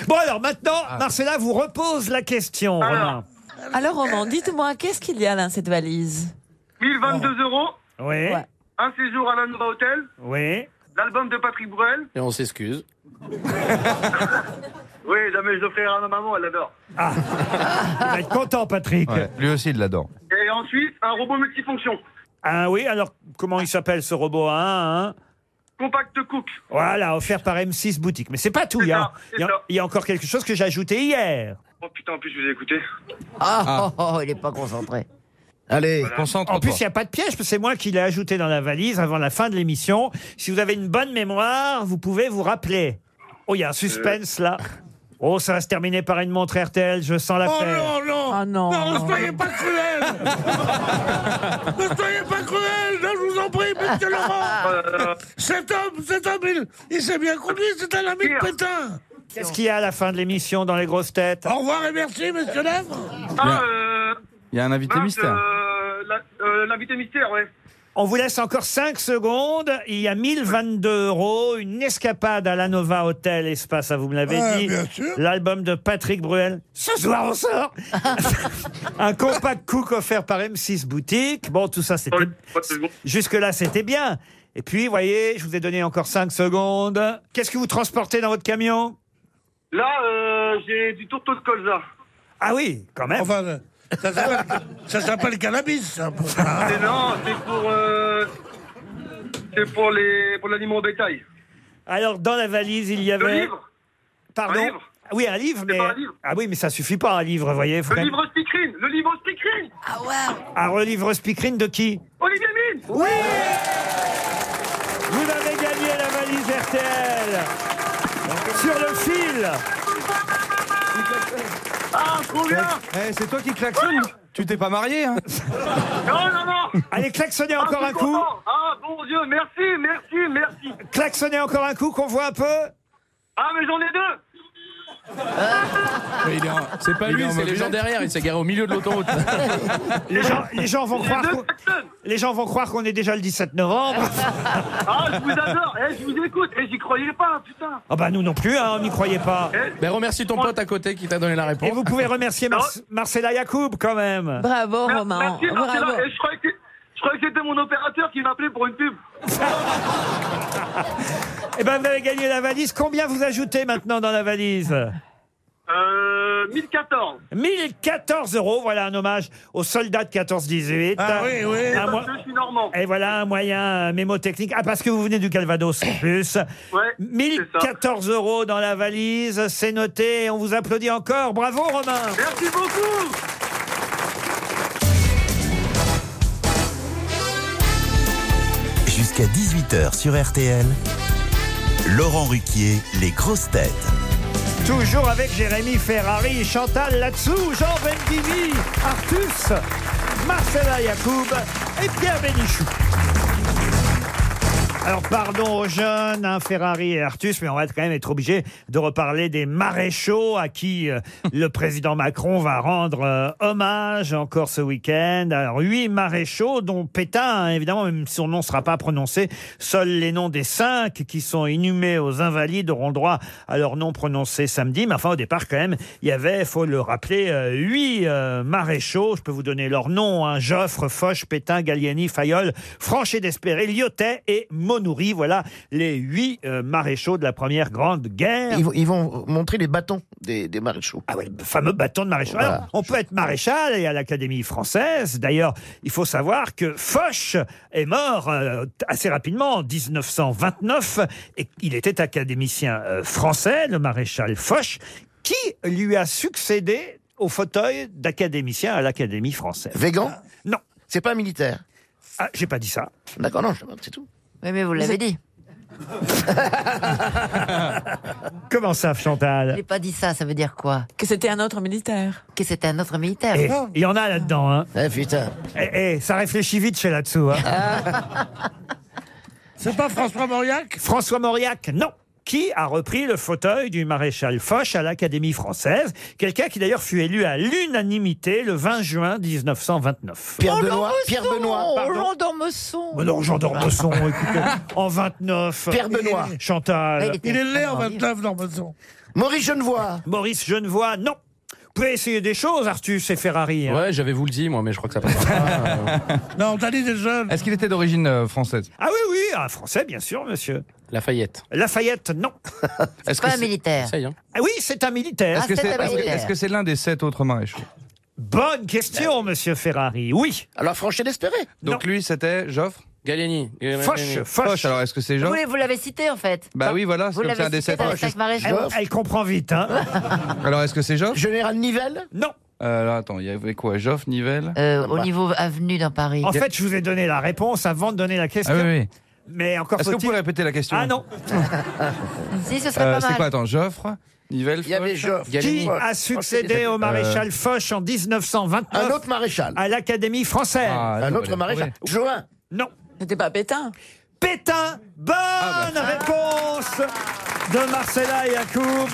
S4: Bon, alors maintenant, Ah. Marcella vous repose la question, Romain.
S8: Alors, Romain, dites-moi, qu'est-ce qu'il y a dans cette valise
S16: 1022 euros,
S4: Oui,
S8: Ouais.
S16: un séjour à la Nova Hotel,
S4: oui.
S16: l'album de Patrick Bruel.
S10: Et on s'excuse.
S16: Oui, jamais je l'offrirai à ma maman, elle adore.
S4: Il va être content, Patrick.
S5: Ouais, lui aussi, il l'adore.
S16: Et ensuite, un robot multifonction.
S4: Ah oui, alors comment il s'appelle ce robot hein, hein
S16: Compact Cook.
S4: Voilà, offert par M6 Boutique. Mais c'est pas tout,
S16: C'est
S4: il y, a,
S16: ça, c'est
S4: il y a-
S16: ça.
S4: il y a encore quelque chose que j'ai ajouté hier.
S16: Oh putain, en plus, je vous ai écouté.
S14: Ah, oh, oh, il est pas concentré.
S10: Allez, concentre-toi.
S4: En plus, il n'y a pas de piège, parce que c'est moi qui l'ai ajouté dans la valise avant la fin de l'émission. Si vous avez une bonne mémoire, vous pouvez vous rappeler. Oh, il
S16: Euh.
S4: y a un suspense là. Oh, ça va se terminer par une montre RTL, je sens la
S6: Oh
S4: paix.
S6: non, non
S8: Ah non.
S6: ne soyez pas cruel Ne soyez pas cruel Non, je vous en prie, monsieur Laurent
S16: Euh,
S6: Cet homme, cet homme, il, il s'est bien conduit, c'est un ami de Pétain
S4: Qu'est-ce qu'il y a à la fin de l'émission dans les grosses têtes
S6: Au revoir et merci, monsieur Lèvres
S16: ah, euh,
S5: Il y a un invité
S16: mince,
S5: mystère.
S16: euh, la- euh, L'invité mystère, ouais.
S4: On vous laisse encore 5 secondes. Il y a 1022 euros, une escapade à l'Anova Hotel Espace, ça vous me l'avez
S6: Ouais,
S4: dit.
S6: Ah, bien sûr.
S4: L'album de Patrick Bruel. Ce soir, on
S8: Oh
S4: sort Un compact cook offert par M6 Boutique. Bon, tout ça, c'était...
S16: Ouais, ouais, c'est bon.
S4: Jusque-là, c'était bien. Et puis, voyez, je vous ai donné encore 5 secondes. Qu'est-ce que vous transportez dans votre camion
S16: Là, euh, j'ai du tourteau de colza.
S4: Ah oui, quand même.
S6: Enfin, euh, ça s'appelle- ça s'appelle cannabis, ça, pour ça.
S4: Ah.
S16: Mais non, c'est pour. euh, c'est pour les pour l'aliment au bétail.
S4: Alors, dans la valise, il y
S16: Le
S4: avait...
S16: livre
S4: Pardon Ah
S16: un livre
S4: Oui, un livre, mais...
S16: pas un livre
S4: Ah oui, mais ça suffit pas, un livre, voyez. faut
S16: Le
S4: quand même-
S16: livre Speakerine Le livre Speakerine
S4: Un relivre speakerine de qui
S16: Olivier Mine
S4: Oui Vous avez gagné la valise RTL sur le fil.
S16: Ah, trop bien
S5: Eh, c'est toi qui klaxonne Tu t'es pas marié, hein
S16: Non, non, non
S4: Allez, klaxonnez
S16: Ah,
S4: encore
S16: je
S4: un
S16: suis
S4: coup.
S16: content. Ah, bon Dieu, merci, merci, merci
S4: Klaxonnez encore un coup qu'on voit un peu.
S16: Ah, mais j'en ai deux
S10: Mais il est en- C'est pas
S5: Il est
S10: lui,
S5: en
S10: c'est les gens
S5: mobilette.
S10: derrière. Il s'est garé au milieu de l'autoroute.
S4: Les gens, les gens vont
S16: J'ai
S4: croire
S16: deux
S4: qu'on-
S16: personnes
S4: les gens vont croire qu'on est déjà le 17 novembre.
S16: Ah, je vous adore Eh, je vous écoute Et j'y croyais pas, putain
S4: Ah bah nous non plus, hein, on n'y croyait pas.
S16: Eh,
S10: Ben, remercie ton pote à côté qui t'a donné la
S4: Et
S10: réponse.
S4: vous pouvez remercier Mar- Marcella Yacoub quand même.
S8: Bravo,
S16: Mer-
S8: Romain.
S16: Merci, Marcella
S8: Bravo.
S16: Et je croyais que... Je croyais que c'était mon opérateur qui m'appelait pour une pub.
S4: Eh ben, vous avez gagné la valise. Combien vous ajoutez maintenant dans la valise
S16: Euh, 1014.
S4: 1014 euros. Voilà un hommage aux soldats de 14-18.
S16: Ah oui, oui.
S4: Un
S16: Parce que je suis normand.
S4: Et voilà un moyen euh, mémotechnique. Ah, parce que vous venez du Calvados en plus.
S16: Ouais,
S4: 1014 euros dans la valise. C'est noté. On vous applaudit encore. Bravo, Romain.
S16: Merci beaucoup.
S2: Jusqu'à 18h sur RTL, Laurent Ruquier, les grosses têtes.
S4: Toujours avec Jérémy Ferrari, Chantal Latsou, Jean Benguigui, Artus, Marcella Yacoub et Pierre Bénichou. Alors pardon aux jeunes, hein, Ferrari et Artus, mais on va quand même être obligé de reparler des maréchaux à qui euh, le président Macron va rendre euh, hommage encore ce week-end. Alors huit maréchaux, dont Pétain, hein, évidemment, même si son nom ne sera pas prononcé, seuls les noms des cinq qui sont inhumés aux Invalides auront droit à leur nom prononcé samedi. Mais enfin, au départ, quand même, il y avait, faut le rappeler, euh, huit euh, maréchaux. Je peux vous donner leurs noms hein, Joffre, Foch, Pétain, Gallieni, Fayol, Franchet d'Espéré, Lyotet et Monoury. Voilà les huit euh, maréchaux de la première grande guerre.
S9: Ils, vont- ils vont montrer les bâtons des, des maréchaux.
S4: Ah ouais, le fameux bâton de maréchal.
S9: Voilà.
S4: Alors, on peut être maréchal et à l'Académie française. D'ailleurs, il faut savoir que Foch est mort euh, assez rapidement en 1929 et il était académicien euh, français, le maréchal Foch, qui lui a succédé au fauteuil d'académicien à l'Académie française.
S9: Végan
S4: Non.
S9: C'est pas un militaire
S4: Ah, j'ai pas dit ça.
S9: D'accord, non, je- c'est tout.
S14: Oui, mais vous l'avez dit.
S4: Comment ça,
S14: J'ai
S4: Chantal
S14: pas dit ça, ça veut dire quoi
S8: Que c'était un autre militaire.
S14: Que c'était un autre militaire. Ah.
S4: Eh, Il y en a là-dedans. Hein.
S9: Eh putain.
S4: Eh, eh, ça réfléchit vite chez là-dessous. hein.
S6: C'est pas François Mauriac
S4: François Mauriac, non. Qui a repris le fauteuil du maréchal Foch à l'Académie française Quelqu'un qui d'ailleurs fut élu à l'unanimité le 20 juin 1929.
S11: Oh,
S9: Pierre Benoît Pierre Benoît pardon.
S14: d'Ormesson.
S4: Mais non, Jean oh, d'Ormesson, écoutez, en 29.
S9: Pierre Benoît.
S4: Chantal.
S6: Il est l'air 29 Normandson.
S9: Maurice Genevois
S4: Maurice Genevois, non. Vous pouvez essayer des choses, Artus et Ferrari. hein.
S10: Ouais, j'avais vous le dit, moi, mais je crois que ça passe
S6: Non, t'as dit des jeunes.
S5: Est-ce qu'il était d'origine euh, française
S4: Ah oui, oui, un Français, bien sûr, monsieur.
S10: Lafayette.
S4: Lafayette, non.
S5: Est-ce
S14: Pas
S5: que
S14: un militaire.
S10: Essaye, hein.
S4: Ah oui, c'est un
S14: Ah,
S4: militaire.
S5: Est-ce que
S14: c'est
S5: c'est
S14: un
S5: est-ce que-
S14: militaire.
S5: est-ce que c'est l'un des sept autres maréchaux
S4: Bonne question,
S10: Bah.
S4: monsieur Ferrari. Oui.
S9: Alors Franchet d'Espéré
S5: Donc lui, c'était Joffre
S10: Gallieni.
S4: Foch,
S5: Foch,
S4: Foch.
S5: alors est-ce que c'est
S14: Vous,
S5: Joffre
S14: l'avez- vous l'avez cité en fait.
S5: Bah oui, voilà, c'est
S14: Vous
S5: comme c'est un
S14: l'avez
S5: des
S14: cité
S5: sept
S14: dans les
S5: maréchaux.
S14: cinq maréchaux.
S4: Elle, elle comprend vite, hein.
S5: Alors est-ce que c'est Joffre
S9: Général Nivelle
S4: Non.
S5: Euh, alors, Attends, il y avait quoi Joffre, Nivelle
S14: Euh, au niveau avenue dans Paris.
S4: Bah. En fait, je vous ai donné la réponse avant de donner la question.
S5: Ah oui, oui.
S4: Mais encore
S5: Est-ce que vous
S4: faut-il.
S5: pouvez répéter la question
S4: Ah non.
S14: si, ce serait
S5: Euh,
S14: pas
S5: C'est
S14: mal.
S5: quoi Attends, Joffre, Nivelle,
S9: Il y avait
S5: Foch
S9: Joffre.
S4: Qui
S9: Gallieni.
S4: a
S5: Oh,
S4: succédé au
S5: Euh.
S4: maréchal Foch en
S9: Un
S4: 1929
S9: autre maréchal.
S4: à l'Académie française
S5: Ah,
S9: Un
S5: non,
S9: autre
S5: bah,
S9: maréchal. Join.
S4: Non.
S8: C'était pas Pétain.
S4: Pétain. Bonne
S5: Ah, bah.
S4: réponse
S8: Ah.
S4: de Marcella Yacoub.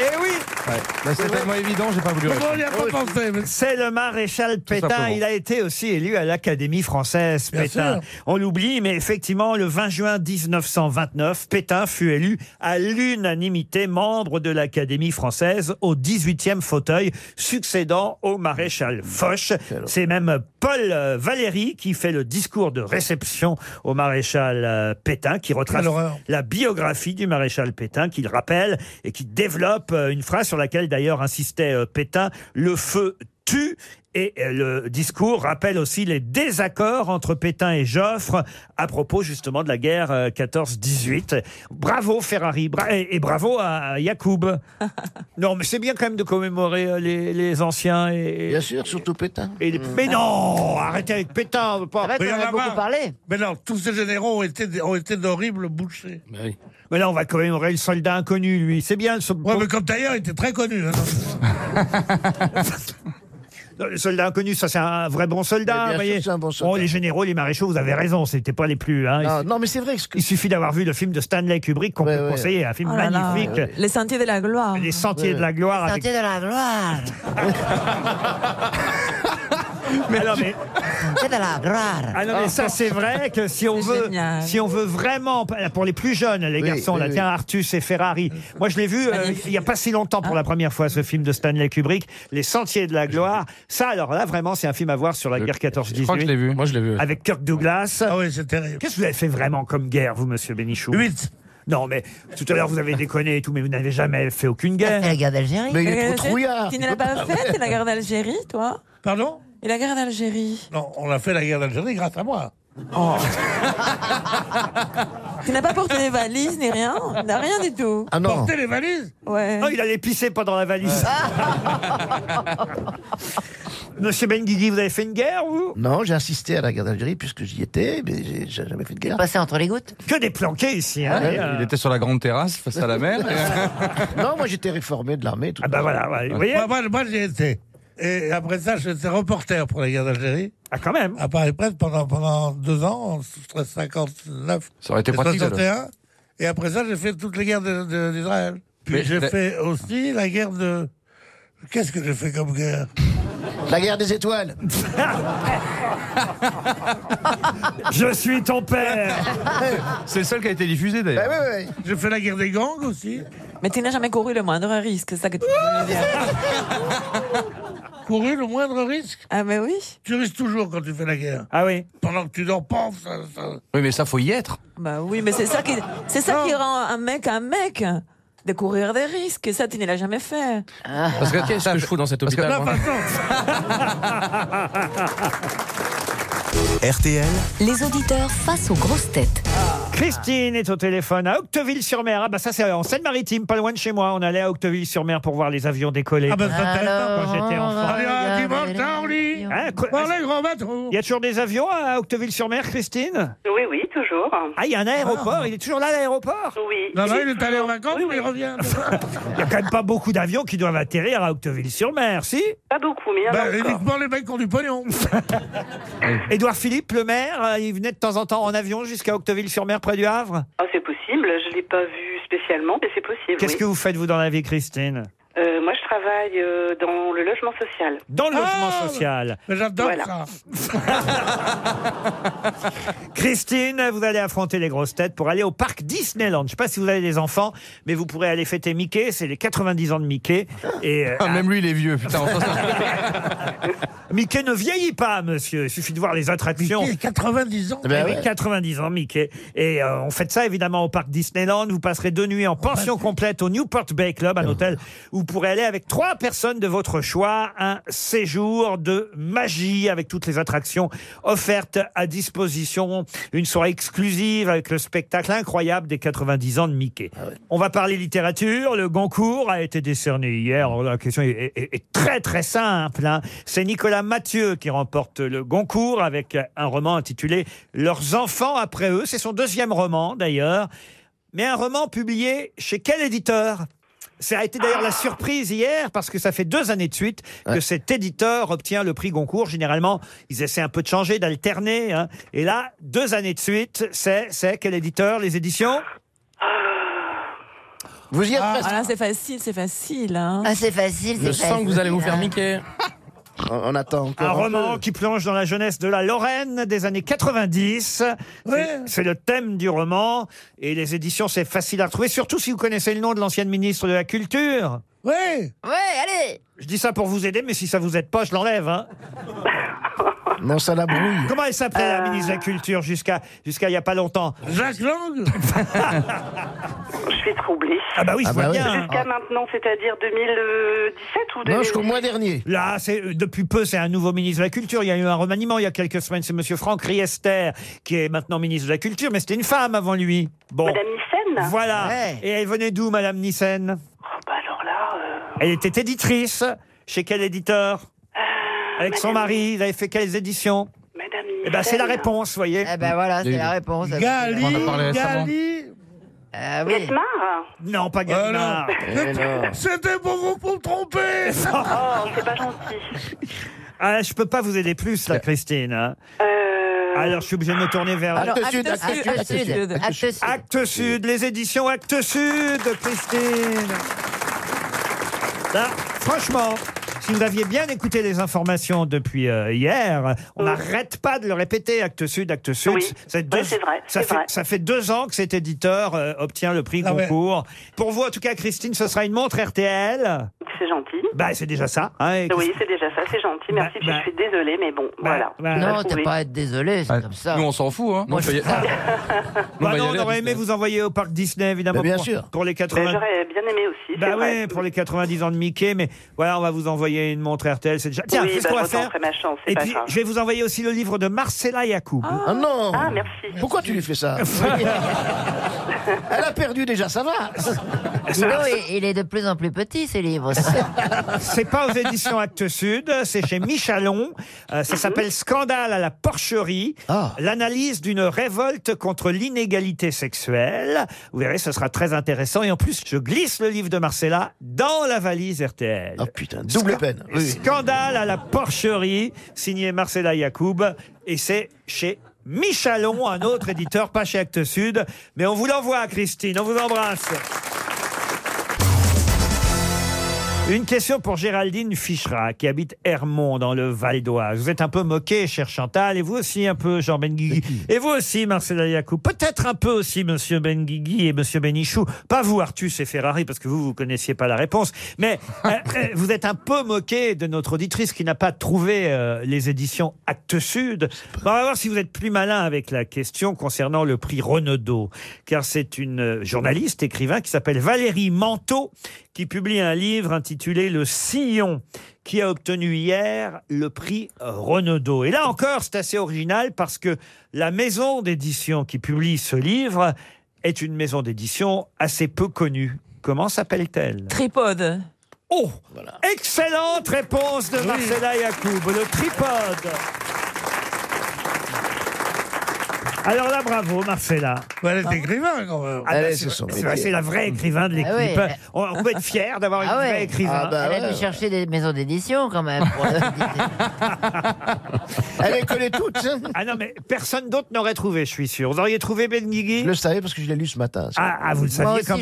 S4: Et oui,
S5: ouais. Bah, C'est tellement évident, j'ai pas voulu
S6: Comment on
S5: répondre.
S6: n'y a pas pensé mais-
S4: Oh, c'est le maréchal Pétain.
S5: simplement.
S4: Il a été aussi élu à l'Académie française,
S6: Bien
S4: Pétain.
S6: sûr.
S4: On l'oublie, mais effectivement, le 20 juin 1929, Pétain fut élu à l'unanimité membre de l'Académie française au 18e fauteuil, succédant au maréchal Foch. C'est même Paul euh, Valéry qui fait le discours de réception au maréchal euh, Pétain, qui retrace
S6: Quelle horreur.
S4: la biographie du maréchal Pétain, qu'il rappelle et qui développe euh, une phrase sur laquelle d'ailleurs insistait euh, Pétain, le feu tue. Et euh, le discours rappelle aussi les désaccords entre Pétain et Joffre à propos justement de la guerre euh, 14-18. Bravo Ferrari bra- et, et bravo à, à Yacoub. non mais c'est bien quand même de commémorer euh, les, les anciens et...
S9: Bien sûr, surtout Pétain. Mmh.
S4: et les- Mais non Arrêtez avec Pétain on veut pas-
S14: En fait,
S6: Mais il y
S14: on
S6: en
S14: en
S6: a
S14: a beaucoup
S6: marre.
S14: parlé.
S6: Mais non, tous ces généraux ont été, des- ont été d'horribles bouchers.
S10: Bah oui.
S4: Mais là on va commémorer le soldat inconnu lui. C'est bien ce...
S6: Ouais, mais comme d'ailleurs, il était très connu. hein.
S4: Non, Le soldat inconnu, ça c'est un vrai bon
S9: Mais
S4: soldat.
S9: bien
S4: vous voyez.
S9: sûr, c'est un bon soldat.
S4: Oh, les généraux, les maréchaux, vous avez raison, c'était pas les plus. hein.
S9: Non,
S4: il,
S9: non, mais c'est vrai. ce que-
S4: il suffit d'avoir vu le film de Stanley Kubrick qu'on
S9: Ouais,
S4: peut
S9: ouais.
S4: conseiller, un film
S8: Oh là là.
S4: magnifique,
S8: Les sentiers de la gloire.
S4: Les Sentiers de la Gloire. avec-
S14: Sentier de la gloire.
S4: Mais non, mais-
S14: C'est de la gloire.
S4: Ah non, mais ça, c'est vrai que si on, veut, si on veut vraiment, pour les plus jeunes, les
S14: Oui,
S4: garçons,
S14: oui,
S4: là,
S14: oui.
S4: tiens, Artus et Ferrari. Moi, je l'ai vu euh, il n'y a pas si longtemps pour la première fois, ce film de Stanley Kubrick, Les Sentiers de la Gloire. Ça, alors là, vraiment, c'est un film à voir sur la guerre 14-18.
S10: crois que je l'ai vu. Moi, je l'ai vu.
S4: Avec Kirk Douglas. Ah oui, c'est terrible. Qu'est-ce que vous avez fait vraiment comme guerre, vous, monsieur Bénichou Huit. Non, mais tout à l'heure, vous avez déconné et tout, mais vous n'avez jamais fait aucune guerre. la guerre d'Algérie.
S8: Euh, Tu ne l'as pas faite, la guerre d'Algérie, toi
S6: Pardon
S8: Et la guerre d'Algérie
S6: Non, on a fait la guerre d'Algérie grâce à moi.
S4: Oh.
S8: Tu n'as pas porté des valises ni rien n'a Rien du tout.
S6: Ah non. Porter les valises
S8: Ouais.
S4: Non, Oh, il allait pisser pendant la valise.
S3: Ah.
S4: Monsieur Benguigui, vous avez fait une guerre, vous
S9: Non, j'ai assisté à la guerre d'Algérie puisque j'y étais, mais j'ai j'ai jamais fait de guerre.
S14: Passé entre les gouttes
S4: Que des planqués ici.
S9: hein,
S5: Ouais,
S9: et, euh,
S5: Ah, Il était sur la grande terrasse face à la mer.
S9: non, moi j'étais réformé de l'armée. Ah
S4: bah voilà,
S6: Moi, moi, moi, j'y étais. Et après ça, j'étais reporter pour la guerre d'Algérie.
S4: Ah, quand même
S6: À Paris Presse pendant, pendant deux ans, entre 59
S5: Ça aurait été
S6: et
S5: pratique, ça, là.
S6: 61. Et après ça, j'ai fait toutes les guerres de- de- d'Israël.
S5: Mais
S6: Puis j'ai
S5: la-
S6: fait aussi la guerre de. Qu'est-ce que j'ai fait comme guerre
S9: La guerre des étoiles.
S4: Je suis ton père
S5: C'est le seul qui a été diffusé d'ailleurs.
S6: Ben J'ai fait la guerre des gangs aussi.
S8: Mais tu n'as jamais couru le moindre risque, c'est ça que tu veux dire.
S6: Couru le moindre risque
S8: Ah, mais oui.
S6: Tu risques toujours quand tu fais la guerre.
S4: Ah oui
S6: Pendant que tu dors, paf, ça- ça-
S5: Oui, mais ça, faut y être.
S8: Bah oui, mais c'est ça qui, c'est ça qui rend un mec un mec. De courir des risques, et ça, tu ne l'as jamais fait.
S10: Parce que qu'est-ce que je fous dans cet hôpital moi
S2: RTL,
S3: Les auditeurs face aux grosses têtes.
S4: Ah. Christine est au téléphone à Octeville-sur-Mer. Ah bah ça c'est en Seine-Maritime, pas loin de chez moi. On allait à Octeville-sur-Mer pour voir les avions décoller.
S6: Ah ben, ça t'intéresse
S4: quand j'étais enfant.
S6: Allez, un dimanche, ça, on lit.
S4: Hein, quoi-
S6: Par les grands bateaux.
S4: Il y a toujours des avions à Octeville-sur-mer, Christine
S11: Oui, oui, toujours.
S4: Ah, il y a un aéroport, il est toujours là l'aéroport
S11: Oui.
S6: Non, non, il est allé en vacances, mais il revient.
S4: Il n'y a quand même pas beaucoup d'avions qui doivent atterrir à Octeville-sur-mer, si
S11: Pas beaucoup, mais il y en a
S6: Bah,
S11: encore.
S6: uniquement les mecs qui ont du pognon.
S4: Édouard Philippe, le maire, euh, il venait de temps en temps en avion jusqu'à Octeville-sur-mer près du Havre
S11: Ah, c'est possible, je ne l'ai pas vu spécialement, mais c'est possible.
S4: Qu'est-ce
S11: oui.
S4: que vous faites vous dans la vie, Christine
S11: Euh, moi, je travaille euh, dans le logement social.
S4: Dans le logement social.
S6: Ah J'adore
S11: Voilà.
S6: ça.
S4: Christine, vous allez affronter les grosses têtes pour aller au parc Disneyland. Je ne sais pas si vous avez des enfants, mais vous pourrez aller fêter Mickey. C'est les 90 ans de Mickey. Et euh,
S5: Ah, même lui, il est vieux, putain. enfin, ça-
S4: Mickey ne vieillit pas, monsieur. Il suffit de voir les attractions.
S6: Mickey, 90 ans.
S4: Eh oui, 90 ans, Mickey. Et euh, on fait ça évidemment au parc Disneyland. Vous passerez deux
S6: Oh,
S4: nuits en pension complète au Newport Bay Club, un hôtel où vous pourrez aller avec trois personnes de votre choix. Un séjour de magie avec toutes les attractions offertes à disposition. Une soirée exclusive avec le spectacle incroyable des 90 ans de Mickey. On va parler littérature. Le Goncourt a été décerné hier. Alors, La question est, est- est très très simple. hein. C'est Nicolas Mathieu qui remporte le Goncourt avec un roman intitulé Leurs enfants après eux. C'est son deuxième roman d'ailleurs. Mais un roman publié chez quel éditeur ça a été d'ailleurs la surprise hier parce que ça fait deux années de suite que cet éditeur obtient le prix Goncourt. Généralement, ils essaient un peu de changer, d'alterner. hein. Et là, deux années de suite, c'est c'est quel éditeur Les éditions Vous y êtes
S8: Ah,
S4: presque.
S8: là, c'est facile, c'est facile. Hein.
S14: Ah, c'est facile,
S10: Je sens que vous allez vous
S8: Ah.
S10: faire miquer.
S9: On, on attend encore. peu.
S4: Un roman qui plonge dans la jeunesse de la Lorraine des années 90. C'est- C'est le thème du roman. Et les éditions, c'est facile à retrouver, surtout si vous connaissez le nom de l'ancienne ministre de la Culture.
S6: Oui
S14: Ouais, allez
S4: Je dis ça pour vous aider, mais si ça vous aide pas, je l'enlève. hein.
S9: Non, ça la brouille.
S4: Comment elle s'appelait, la ministre de la Culture, jusqu'à jusqu'à il n'y a pas longtemps
S6: Jacques Lang
S11: Je suis troublée.
S4: Ah bah oui, je
S11: Ah
S4: vois
S11: bah oui.
S4: bien.
S11: Jusqu'à maintenant, c'est-à-dire euh, 2017 ou 2018
S4: dernier. Là, c'est euh, depuis peu, c'est un nouveau ministre de la Culture. Il y a eu un remaniement il y a quelques semaines. C'est Monsieur Franck Riester qui est maintenant ministre de la Culture, mais c'était une femme avant lui. Bon.
S11: Madame Nissen Oh, bah
S4: Voilà.
S11: Ouais.
S4: Et elle venait d'où, Madame Nissen
S11: euh,
S4: Elle était éditrice. Chez quel éditeur Avec son mari. Ils avaient fait quelles
S11: Euh,
S4: éditions
S11: Madame
S4: Eh ben, c'est la réponse, vous voyez.
S14: Eh ben voilà, c'est la réponse.
S6: Gali,
S4: On en parlait récemment.
S6: Gali
S14: Ah oui. Eh
S11: Besmar
S4: Non, pas Gallimard.
S6: Ah C'était pour vous pour me tromper
S11: Oh, c'est pas gentil.
S4: Ah, je peux pas vous aider plus,
S14: Euh.
S4: là, Christine. hein.
S11: Euh.
S4: Alors, je suis obligé de me tourner vers...
S14: Alors, Actes Actes Sud, Actes Sud, Actes Actes Sud, Sud. Actes Sud.
S4: Actes Sud, les éditions Actes Sud, Christine. Là, franchement, Si vous aviez bien écouté les informations depuis euh, hier, on n'arrête pas de le répéter, Actes Sud, Actes Sud.
S11: Oui.
S4: Ça fait
S11: Oui, c'est vrai,
S4: ça,
S11: c'est
S4: fait,
S11: vrai.
S4: ça fait deux ans que cet éditeur euh, obtient le prix
S11: Ah ouais.
S4: concours. Pour vous, en tout cas, Christine, ce sera une montre RTL.
S11: C'est gentil.
S4: Bah, c'est déjà ça. hein, et
S11: Oui, c'est déjà ça, c'est gentil, merci. puis
S4: bah.
S11: je suis désolée, mais bon, voilà. On
S4: bah.
S11: va
S4: Non,
S11: le
S4: t'as
S11: trouver.
S4: pas à
S9: être désolé,
S5: c'est comme ça. Ah, Nous, on s'en fout, hein. On peut y-
S4: Bah
S5: va y
S4: non,
S5: aller
S4: on
S5: à
S4: aurait aimé vous envoyer au parc Disney, évidemment.
S5: Bah, bien
S4: pour,
S5: sûr.
S4: Pour les
S11: Mais
S4: 80.
S11: J'aurais bien aimé aussi.
S4: Bah
S11: c'est vrai.
S4: ouais, pour les 90 ans de Mickey, mais voilà, on va vous envoyer une montre RTL. C'est déjà. Tiens,
S11: oui,
S4: c'est ce
S11: bah,
S4: qu'on va
S11: autant
S4: faire.
S11: ferai ma chance, c'est
S4: Et
S11: pas
S4: puis,
S11: grave.
S4: je vais vous envoyer aussi le livre de Marcella Yacoub.
S9: Ah non
S11: Ah, merci.
S9: Pourquoi tu lui fais ça Elle a perdu déjà, ça va
S14: Dis donc, il, il est de plus en plus petit, ces livres.
S4: C'est pas aux éditions Actes Sud, c'est chez Michalon. Euh,
S9: Mhm.
S4: ça s'appelle Scandale à la porcherie.
S9: Ah.
S4: L'analyse d'une révolte contre l'inégalité sexuelle. Vous verrez, ce sera très intéressant. Et en plus, je glisse le livre de Marcella dans la valise RTL. Oh
S9: Ah, putain, double peine. Oui.
S4: Scandale à la porcherie, signé Marcella Yacoub. Et c'est chez Michalon, un autre éditeur, pas chez Actes Sud. Mais on vous l'envoie, Christine. On vous embrasse. Une question pour Géraldine Fichera, qui habite Hermont, dans le Val d'Oise. Vous êtes un peu moqué, cher Chantal, et vous aussi un peu, Jean Benguigui. Et vous aussi, Marcela Yacoub. Peut-être un peu aussi, monsieur Benguigui et monsieur Benichou. Pas vous, Artus et Ferrari, parce que vous, vous connaissiez pas la réponse. Mais euh, euh, vous êtes un peu moqué de notre auditrice qui n'a pas trouvé euh, les éditions Actes Sud. Bon, on va voir si vous êtes plus malin avec la question concernant le prix Renaudot. Car c'est une euh, journaliste, écrivain, qui s'appelle Valérie Manteau, qui publie un livre intitulé Le Sillon, qui a obtenu hier le prix Renaudot. Et là encore, c'est assez original parce que la maison d'édition qui publie ce livre est une maison d'édition assez peu connue. Comment s'appelle-t-elle
S8: Tripode.
S4: Oh Excellente réponse de Marcella Yacoub, le tripode. Alors là, bravo, Marcella.
S6: elle est écrivain, quand même.
S4: Ah bah, c'est vrai- c'est vrai, c'est la vraie écrivain de l'équipe.
S14: Ah ouais, elle-
S4: on, on peut être fier d'avoir une
S14: Ah ouais.
S4: vraie hein. écrivain.
S14: Elle a dû chercher des maisons d'édition, quand même. pour le-
S4: Elle les connaît toutes.
S9: hein.
S4: ah non, mais personne d'autre n'aurait trouvé, je suis sûr. Vous auriez trouvé Ben Guigui Je le savais parce que je l'ai lu ce matin. Ah, ah, vous le saviez Oh. comme-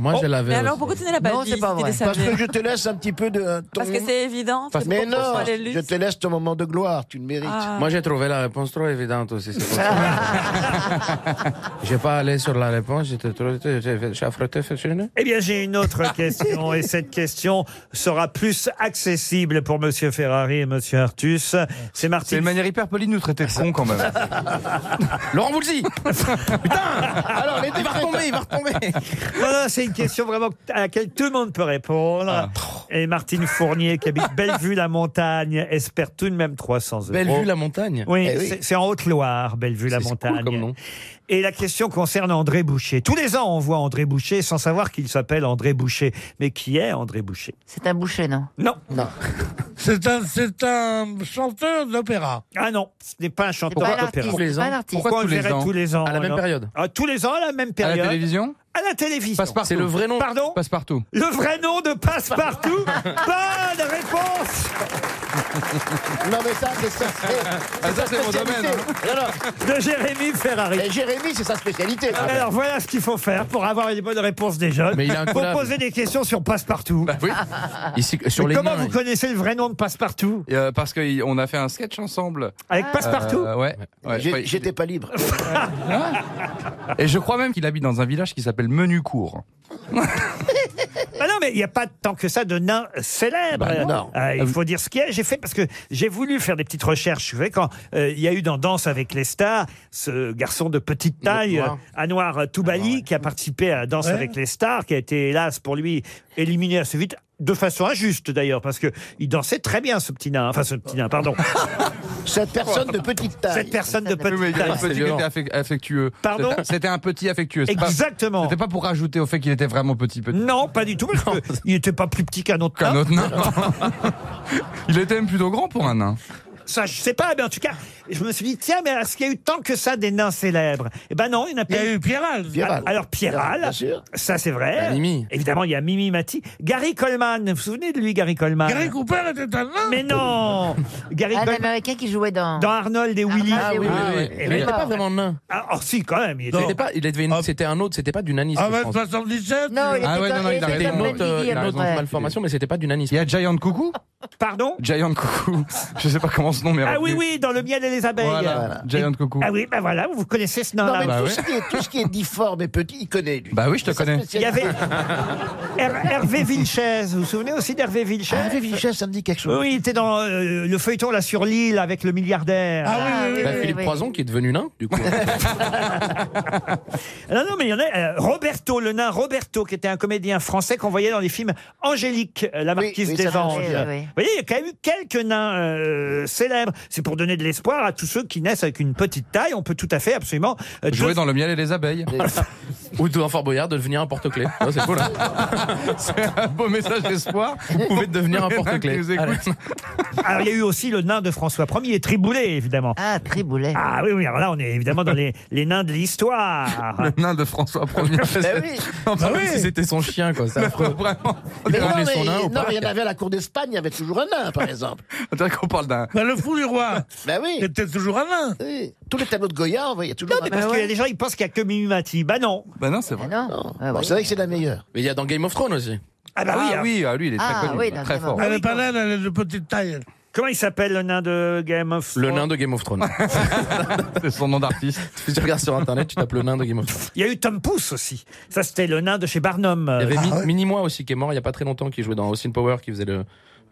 S10: Moi, je l'avais. aussi.
S8: pourquoi tu ne l'as pas
S14: Non,
S8: dit
S14: c'est pas
S8: si tu
S14: vrai.
S8: le
S9: Parce
S8: savais
S9: que je te laisse un petit peu de. euh, ton-
S8: Parce que c'est évident. c'est
S9: mais
S8: pour
S9: non,
S8: ça.
S9: je te laisse ton moment de gloire, tu le mérites.
S8: Ah.
S10: Moi, j'ai trouvé la réponse trop évidente aussi. c'est pour ça. J'ai pas allé sur la réponse, j'étais trop. J'ai j'ai frotté sur une.
S4: Eh bien, j'ai une autre question, et cette question sera plus accessible pour Monsieur Ferrari et Monsieur Artus. C'est Martine. Ah, C'est une manière hyper polie de nous traiter de con quand même. Laurent Voulzy
S10: Alors, il va retomber, il va retomber.
S4: Non, non, c'est une question vraiment à laquelle tout le monde peut répondre. Et Martine Fournier, qui habite Bellevue-la-Montagne, espère tout de même 300 euros.
S10: Bellevue-la-Montagne
S4: Oui,
S10: Eh oui.
S4: c'est- c'est en Haute-Loire, Bellevue-la-Montagne.
S10: C'est cool comme nom.
S4: Et la question concerne André Boucher. Tous les ans, on voit André Boucher sans savoir qu'il s'appelle André Boucher. Mais qui est André Boucher
S14: C'est un boucher, non
S4: Non.
S9: Non.
S6: C'est un, c'est un chanteur d'opéra.
S4: Ah non, ce n'est pas un chanteur
S6: pas un
S4: d'opéra.
S6: artiste, Tous les c'est ans pas un artiste.
S4: Pourquoi on
S6: Pourquoi
S4: le
S6: tous les
S4: verrait
S6: ans
S4: tous les ans
S6: À la même
S4: alors
S6: période
S4: Ah, Tous les ans, à la même
S5: À
S4: période.
S5: la télévision
S4: À la télévision.
S5: Passe-partout.
S10: C'est le vrai nom.
S4: Pardon
S5: Passe-partout.
S4: Le vrai nom de Passepartout Bonne réponse
S9: Non, mais ça, c'est ça. c'est-
S5: Ah, ça,
S9: sa
S5: c'est mon
S9: spécialité.
S5: domaine, hein.
S9: Non, non.
S4: De Jérémy Ferrari. Ah,
S9: Et Jérémy, c'est sa spécialité.
S4: Alors voilà ce qu'il faut faire pour avoir une bonne réponse des jeunes.
S10: Mais il est
S4: faut
S10: incroyable.
S4: poser des questions sur Passepartout.
S5: oui.
S10: Ici, sur
S4: Mais
S10: les
S4: comment
S10: nains,
S4: vous
S10: il-
S4: connaissez le vrai nom de Passepartout
S5: Et, euh, parce qu'on a fait un sketch ensemble.
S4: Avec Passepartout
S5: Euh, Ouais. ouais.
S9: J'ai-
S5: Enfin, il-
S9: J'étais pas libre.
S5: Et je crois même qu'il habite dans un village qui s'appelle Menucourt.
S4: Ah non, mais il n'y a pas tant que ça de nains célèbres.
S5: Bah non.
S4: Euh, il faut dire ce qu'il y a. J'ai fait parce que j'ai voulu faire des petites recherches. Vous savez, quand euh, il y a eu dans Danse avec les stars, ce garçon de petite taille,
S10: noir.
S4: euh, Anouar
S9: Ah
S4: Toubali, qui a participé à Danse
S10: Ouais.
S4: avec les stars, qui a été, hélas, pour lui, éliminé assez vite. De façon injuste d'ailleurs, parce que il dansait très bien ce petit nain, enfin ce petit nain, pardon.
S9: Cette personne de petite taille.
S4: Cette personne de
S5: Oui, mais
S4: petite
S5: il y avait
S4: taille.
S5: un petit qui était affec- affectueux.
S4: Pardon
S5: C'était- C'était un petit affectueux. C'est pas-
S4: Exactement.
S5: C'était pas pour rajouter au fait qu'il était vraiment petit. petit.
S4: Non, pas du tout, parce que il n'était pas plus petit qu'un autre
S5: Qu'un
S4: nain.
S5: autre nain. il était même plutôt grand pour un nain.
S4: Ça, je sais pas, mais en tout cas, je me suis dit, tiens, mais est-ce qu'il y a eu tant que ça des nains célèbres Eh ben non, il n'y en a pas.
S6: Il y a eu Pierral.
S4: Al- Alors, Pierral,
S6: Bien sûr.
S4: ça c'est vrai.
S6: Bah, Mimi.
S4: Évidemment, il y a Mimi Mati. Gary Coleman, vous vous souvenez de lui, Gary Coleman
S6: Gary Cooper était un nain.
S4: Mais Ah, non Gary
S14: Un
S4: Coleman.
S14: Américain qui jouait dans...
S4: Dans Arnold et Willy.
S14: Ah oui, oui,
S10: Ah oui.
S4: Eh
S10: Mais il
S4: ben,
S10: n'était pas vraiment nain.
S4: Ah, oh, si, quand même.
S10: Il
S4: Il
S10: était
S4: était... Ah.
S10: pas, il était une- c'était un autre, c'était pas du nanisme.
S6: Ah,
S10: je
S6: ben,
S10: pense.
S6: 77
S14: Non, il était
S10: Ah ouais,
S14: comme-
S10: non, non,
S14: il
S10: il a
S14: était
S10: raison.
S14: comme
S10: Une autre,
S14: Benguigui
S10: une autre
S14: après.
S10: malformation, mais c'était pas du nanisme.
S5: Il y a Giant Coucou
S4: Pardon
S5: Giant Coucou. Je sais pas comment ce nom mais
S4: Ah oui, oui, dans le miel et les abeilles.
S5: Voilà, Giant Coucou.
S4: Bah, Ah oui, ben voilà, vous connaissez ce
S9: Non,
S4: nom-là.
S9: mais tout, ce qui est, tout ce qui est difforme et petit, il connaît, lui.
S5: Bah oui, je te
S9: C'est sa
S5: connais.
S4: Il y
S9: spécialité.
S4: avait Her- Hervé Vilches, vous vous souvenez aussi d'Hervé Vilches Hervé
S9: Vilches, ça me dit quelque
S4: chose. Oui, il était dans euh, le feuilleton là sur l'île avec le milliardaire.
S9: Ah
S10: Bah, Philippe Croison qui est devenu nain, du coup.
S4: Non, non, mais il y en a. euh, Roberto, le nain Roberto, qui était un comédien français qu'on voyait dans les films Angélique, euh, la marquise
S9: oui, ça
S4: des
S9: va,
S4: anges.
S9: oui, oui, oui.
S4: Vous voyez, il y a quand même eu quelques nains euh, célèbres. C'est pour donner de l'espoir à tous ceux qui naissent avec une petite taille. On peut tout à fait, absolument. euh,
S5: Jouer
S4: deux-
S5: dans le miel et les abeilles.
S10: Ou dans Fort Boyard de devenir un porte-clés. Ça, C'est beau, là.
S5: C'est un beau message d'espoir.
S10: Vous pouvez devenir un
S5: Les nains qui
S10: porte-clés.
S5: nous
S10: Allez.
S5: écoutent.
S4: Alors, il y a eu aussi le nain de François Ier, et Triboulet, évidemment.
S14: Ah, Triboulet.
S4: Ah oui, oui, alors là, on est évidemment dans les, les nains de l'histoire.
S5: Le nain de François Ier.
S9: oui.
S5: Non,
S10: Bah
S5: mais
S10: oui.
S5: si c'était son chien, quoi. C'est affreux. Vraiment.
S9: Mais
S5: Il
S9: non,
S5: ramenait
S9: mais,
S5: son nain au
S9: non,
S5: parc.
S9: mais il y en avait à la cour d'Espagne, il y avait toujours un nain, par exemple.
S5: Attends qu'on parle d'un.
S6: Bah, le fou du roi.
S9: Ben oui.
S6: C'était toujours un nain.
S9: Oui. Tous les tableaux de Goya, on voit, il y a toujours un
S4: Mais
S9: nain.
S4: parce qu'il y a des gens, ils pensent qu'il n'y a que Mimimati. Bah non.
S5: Bah non, c'est vrai.
S9: Non. Ah, Bon, c'est vrai que c'est la meilleure.
S10: Mais il y a dans Game of Thrones aussi.
S4: Ah bah oui.
S5: Ah
S4: hein.
S5: oui, ah, lui, il est
S9: Ah,
S5: très connu,
S9: oui, dans
S5: très
S9: Game
S5: fort.
S9: of
S6: Elle est pas naine, elle est de petite taille.
S4: Comment il s'appelle le nain de Game of
S10: Le
S4: Thrones
S10: nain de Game of Thrones.
S5: Oh. C'est son nom d'artiste.
S10: si tu regardes sur internet, tu tapes le nain de Game of Thrones.
S4: Il y a eu Tom Pouce aussi. Ça, c'était le nain de chez Barnum.
S10: Il y avait
S4: Ah,
S10: Mi- Mini Moi aussi qui est mort il y a pas très longtemps, qui jouait dans Austin Power, qui faisait le.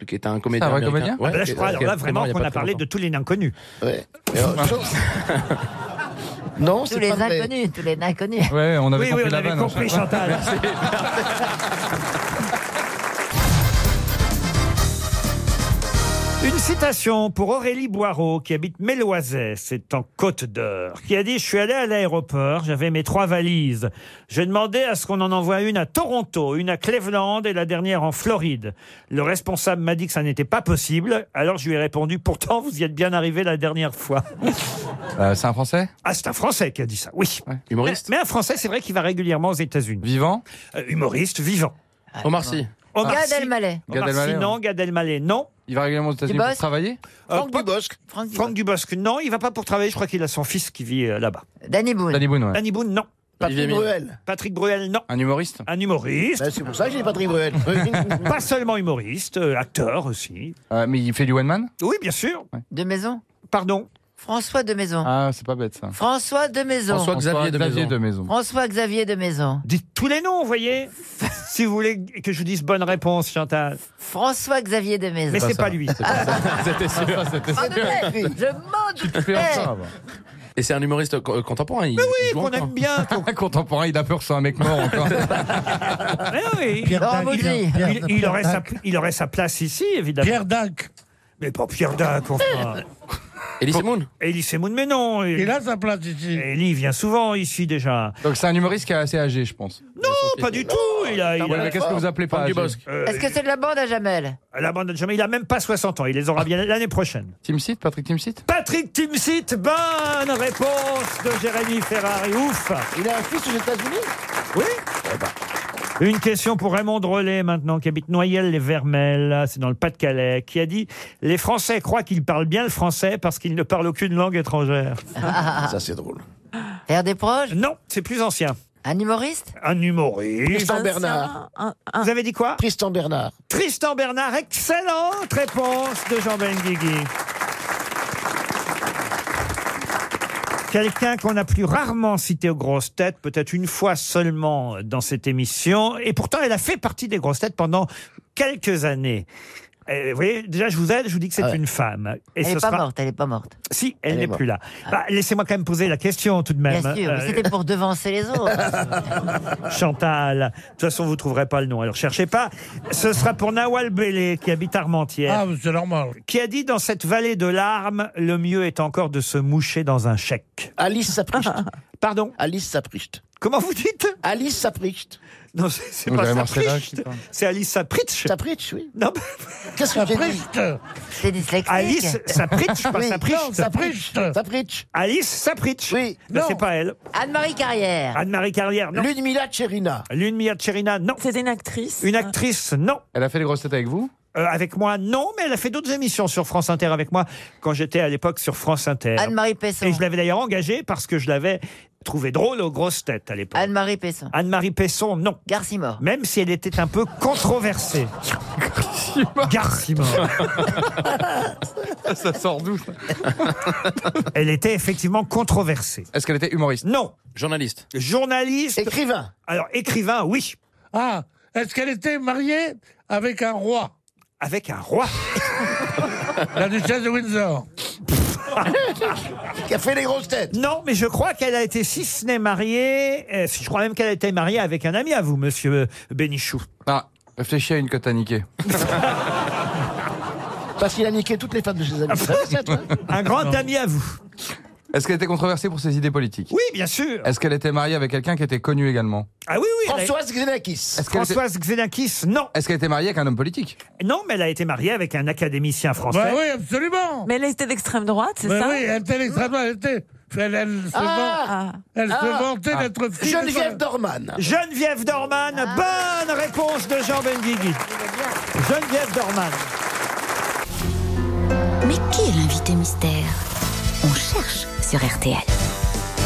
S10: qui était Ah, un comédien.
S5: C'est Ah, un vrai
S10: américain.
S5: comédien
S10: Ouais,
S4: Ah, Là, je
S10: qui-
S4: crois, alors
S10: qui est
S4: là,
S10: mort
S4: vraiment,
S10: il y a
S4: qu'on
S10: pas
S4: a
S10: très
S4: parlé de
S10: longtemps.
S4: tous les nains connus.
S9: Ouais. Mais
S5: Oh,
S9: autre chose- non,
S14: Tous
S9: c'est
S14: les
S9: pas vrai.
S14: inconnus, tous les inconnus.
S5: Ouais, on avait
S4: Oui, oui,
S5: compris
S4: on
S5: la
S4: avait
S5: vanne, hein,
S4: compris,
S5: Chantal.
S4: Chantal. Une citation pour Aurélie Boireau, qui habite Méloisais, c'est en Côte d'Or, qui a dit « Je suis allée à l'aéroport, j'avais mes trois valises. J'ai demandé à ce qu'on en envoie une à Toronto, une à Cleveland et la dernière en Floride. Le responsable m'a dit que ça n'était pas possible, alors je lui ai répondu « Pourtant, vous y êtes bien arrivé la dernière fois.
S5: Euh, c'est un français »
S4: Ah, c'est un Français qui a dit ça, oui.
S10: Humoriste
S4: Mais un Français, c'est vrai qu'il va régulièrement aux États-Unis.
S5: Vivant
S4: Euh, humoriste, vivant.
S10: Omar Sy.
S4: Omar
S14: Gad
S4: Sy-
S14: Elmaleh.
S4: Omar
S5: Gad
S4: Sy,
S5: Elmaleh, hein.
S4: non. Gad Elmaleh, non.
S5: Il va régulièrement aux États-Unis pour
S14: bosses
S5: travailler
S4: Euh,
S9: Franck Dubosc.
S14: Franck
S4: Franck Dubosc, non. Il va pas pour travailler. Je crois qu'il a son fils qui vit euh, là-bas.
S14: Danny Boone.
S5: Danny Boone, ouais.
S4: Danny Boone, non.
S9: Patrick
S10: Olivier Mine.
S9: Bruel.
S4: Patrick Bruel, non.
S5: Un humoriste
S4: Un humoriste.
S9: Ben, c'est pour ça que j'ai Patrick Bruel.
S4: Pas seulement humoriste, euh, acteur aussi.
S5: Euh, Mais il fait du one man
S4: Oui, bien sûr.
S14: De Maison.
S4: Pardon.
S14: François de Maison.
S5: Ah, c'est pas bête ça.
S14: François de Maison.
S10: François- Xavier de Maison.
S5: de Maison.
S14: François Xavier de Maison.
S4: Dites tous les noms, vous voyez. si vous voulez que je vous dise bonne réponse, Chantal.
S14: François Xavier de Maison.
S4: Mais c'est pas lui.
S10: C'était sûr, c'était
S14: Je
S10: sûr.
S14: m'en doutais, Je m'en doutais.
S10: Et c'est un humoriste co- contemporain. Il, il
S4: Oui,
S10: joue
S4: qu'on
S10: encore.
S4: aime bien. qu'on-
S5: Un contemporain, il a peur, c'est un mec mort encore.
S4: Mais Ah, oui.
S6: Pierre
S14: Non,
S6: Dac.
S14: vous
S6: Pierre-
S14: dis.
S6: Pierre-
S4: Il, il
S6: Pierre
S4: aurait sa,
S6: Dac.
S4: il aurait sa place ici, évidemment.
S6: Pierre Dac.
S4: Mais pas Pierre Dac, enfin.
S10: Elise Moon.
S4: Elie Semoun, mais non.
S6: Il a sa place ici.
S4: Elie vient souvent ici déjà.
S5: Donc c'est un humoriste qui est assez âgé, je pense.
S4: Non, pas du tout. Il a, Ah, il a-
S5: Ouais, mais qu'est-ce que vous appelez pas
S10: Franck
S5: âgé
S10: Dubosc.
S4: euh,
S14: Est-ce que c'est de la bande à Jamel
S4: La bande de jamais, il a même pas 60 ans, il les aura bien l'année prochaine.
S5: Timsit, Patrick Timsit
S4: Patrick Timsit, bonne réponse de Jérémy Ferrari, ouf
S9: Il a un fils aux États-Unis
S4: Oui Une question pour Raymond Drolet maintenant, qui habite Noyelles-les-Vermelles, c'est dans le Pas-de-Calais, qui a dit « Les Français croient qu'ils parlent bien le français parce qu'ils ne parlent aucune langue étrangère
S9: Ça, c'est drôle.
S14: Ah. Faire des proches ».
S4: Non, c'est plus ancien.
S14: Un humoriste
S4: Un humoriste.
S9: Tristan Bernard.
S8: Un- un-
S4: Vous avez dit quoi
S9: Tristan Bernard.
S4: Tristan Bernard, excellente réponse de Jean Benguigui. Quelqu'un qu'on a plus rarement cité aux grosses têtes, peut-être une fois seulement dans cette émission, et pourtant elle a fait partie des grosses têtes pendant quelques années. Euh, vous voyez, déjà je vous aide, je vous dis que c'est
S9: Ah ouais.
S4: une femme. Et
S14: Elle
S4: ce
S14: n'est pas
S4: sera-
S14: morte, elle n'est pas morte. Ah.
S4: Si, elle,
S9: Elle est
S4: n'est
S9: morte.
S4: plus là. Bah, Laissez-moi quand même poser la question tout de même.
S14: Bien sûr, mais
S4: Euh,
S14: c'était pour devancer les autres.
S4: Chantal. De toute façon, vous trouverez pas le nom, alors cherchez pas. Ce sera pour Nawal Bélé, qui habite Armentières.
S6: Ah, mais c'est normal.
S4: qui a dit dans cette vallée de larmes, le mieux est encore de se moucher dans un chèque.
S9: Alice Sapricht.
S4: Pardon
S9: Alice Sapricht.
S4: Comment vous dites
S9: Alice Sapricht.
S4: Non, c'est c'est
S5: Vous
S4: pas
S5: avez Marcella
S4: Sapritch.
S5: qui parle.
S4: C'est Alice Sapritch.
S9: Sapricht, oui.
S4: Non, mais
S9: Qu'est-ce que j'ai dit
S6: Sapricht.
S14: C'est dyslexique.
S4: Alice Sapritch, pas
S9: Oui.
S4: Sapritch.
S9: Non, Sapricht. Sapricht.
S4: Alice Sapritch.
S9: Oui.
S4: Non,
S9: Non.
S4: c'est pas elle.
S14: Anne-Marie Carrière.
S4: Anne-Marie Carrière, non.
S9: Ludmila Tcherina.
S4: Lune Mia Tcherina, non.
S8: C'était une actrice.
S4: Une actrice, non.
S5: Elle a fait les grosses têtes avec vous
S4: Euh, avec moi, non, mais elle a fait d'autres émissions sur France Inter avec moi quand j'étais à l'époque sur France Inter.
S14: Anne-Marie Pesson.
S4: Et je l'avais d'ailleurs engagée parce que je l'avais trouvée drôle aux grosses têtes à l'époque.
S14: Anne-Marie Pesson.
S4: Anne-Marie Pesson, non.
S14: Garcimore.
S4: même si elle était un peu controversée. Garcimore.
S5: Ça sort d'où ça
S4: Elle était effectivement controversée.
S5: Est-ce qu'elle était humoriste
S4: Non.
S5: Journaliste.
S4: Journaliste.
S9: Écrivain.
S4: Alors, écrivain, oui.
S6: Ah, est-ce qu'elle était mariée avec un roi
S4: Avec un roi
S6: La duchesse de Windsor.
S9: Qui a fait les grosses têtes
S4: Non, mais je crois qu'elle a été, si ce n'est mariée, euh, je crois même qu'elle a été mariée avec un ami à vous, monsieur euh, Bénichou.
S5: Ah, réfléchis à une cote à niquer.
S9: Parce qu'il a niqué toutes les femmes de ses
S4: Ah,
S9: amis. Ça, c'est toi
S4: Un grand ami à vous.
S5: Est-ce qu'elle était controversée pour ses idées politiques
S4: Oui, bien sûr.
S5: Est-ce qu'elle était mariée avec quelqu'un qui était connu également
S4: Ah oui, oui. elle a-
S9: Françoise Xenakis.
S5: qu'elle était-
S4: Françoise Xenakis, non.
S5: Est-ce qu'elle était mariée avec un homme politique
S4: Non, mais elle a été mariée avec un académicien français.
S6: Bah oui, absolument.
S8: Mais elle était d'extrême droite, c'est
S6: Mais
S8: ça
S6: Bah oui, elle était extrêmement. Elle, était- elle, elle se,
S8: Ah.
S6: vante- elle se
S9: Ah.
S6: vantait d'être fille. de-
S9: Geneviève Dorman. Ah.
S4: Geneviève Dorman, bonne réponse de Jean Benguigui. Geneviève Dorman.
S3: Mais qui est l'invité mystère On cherche sur RTL.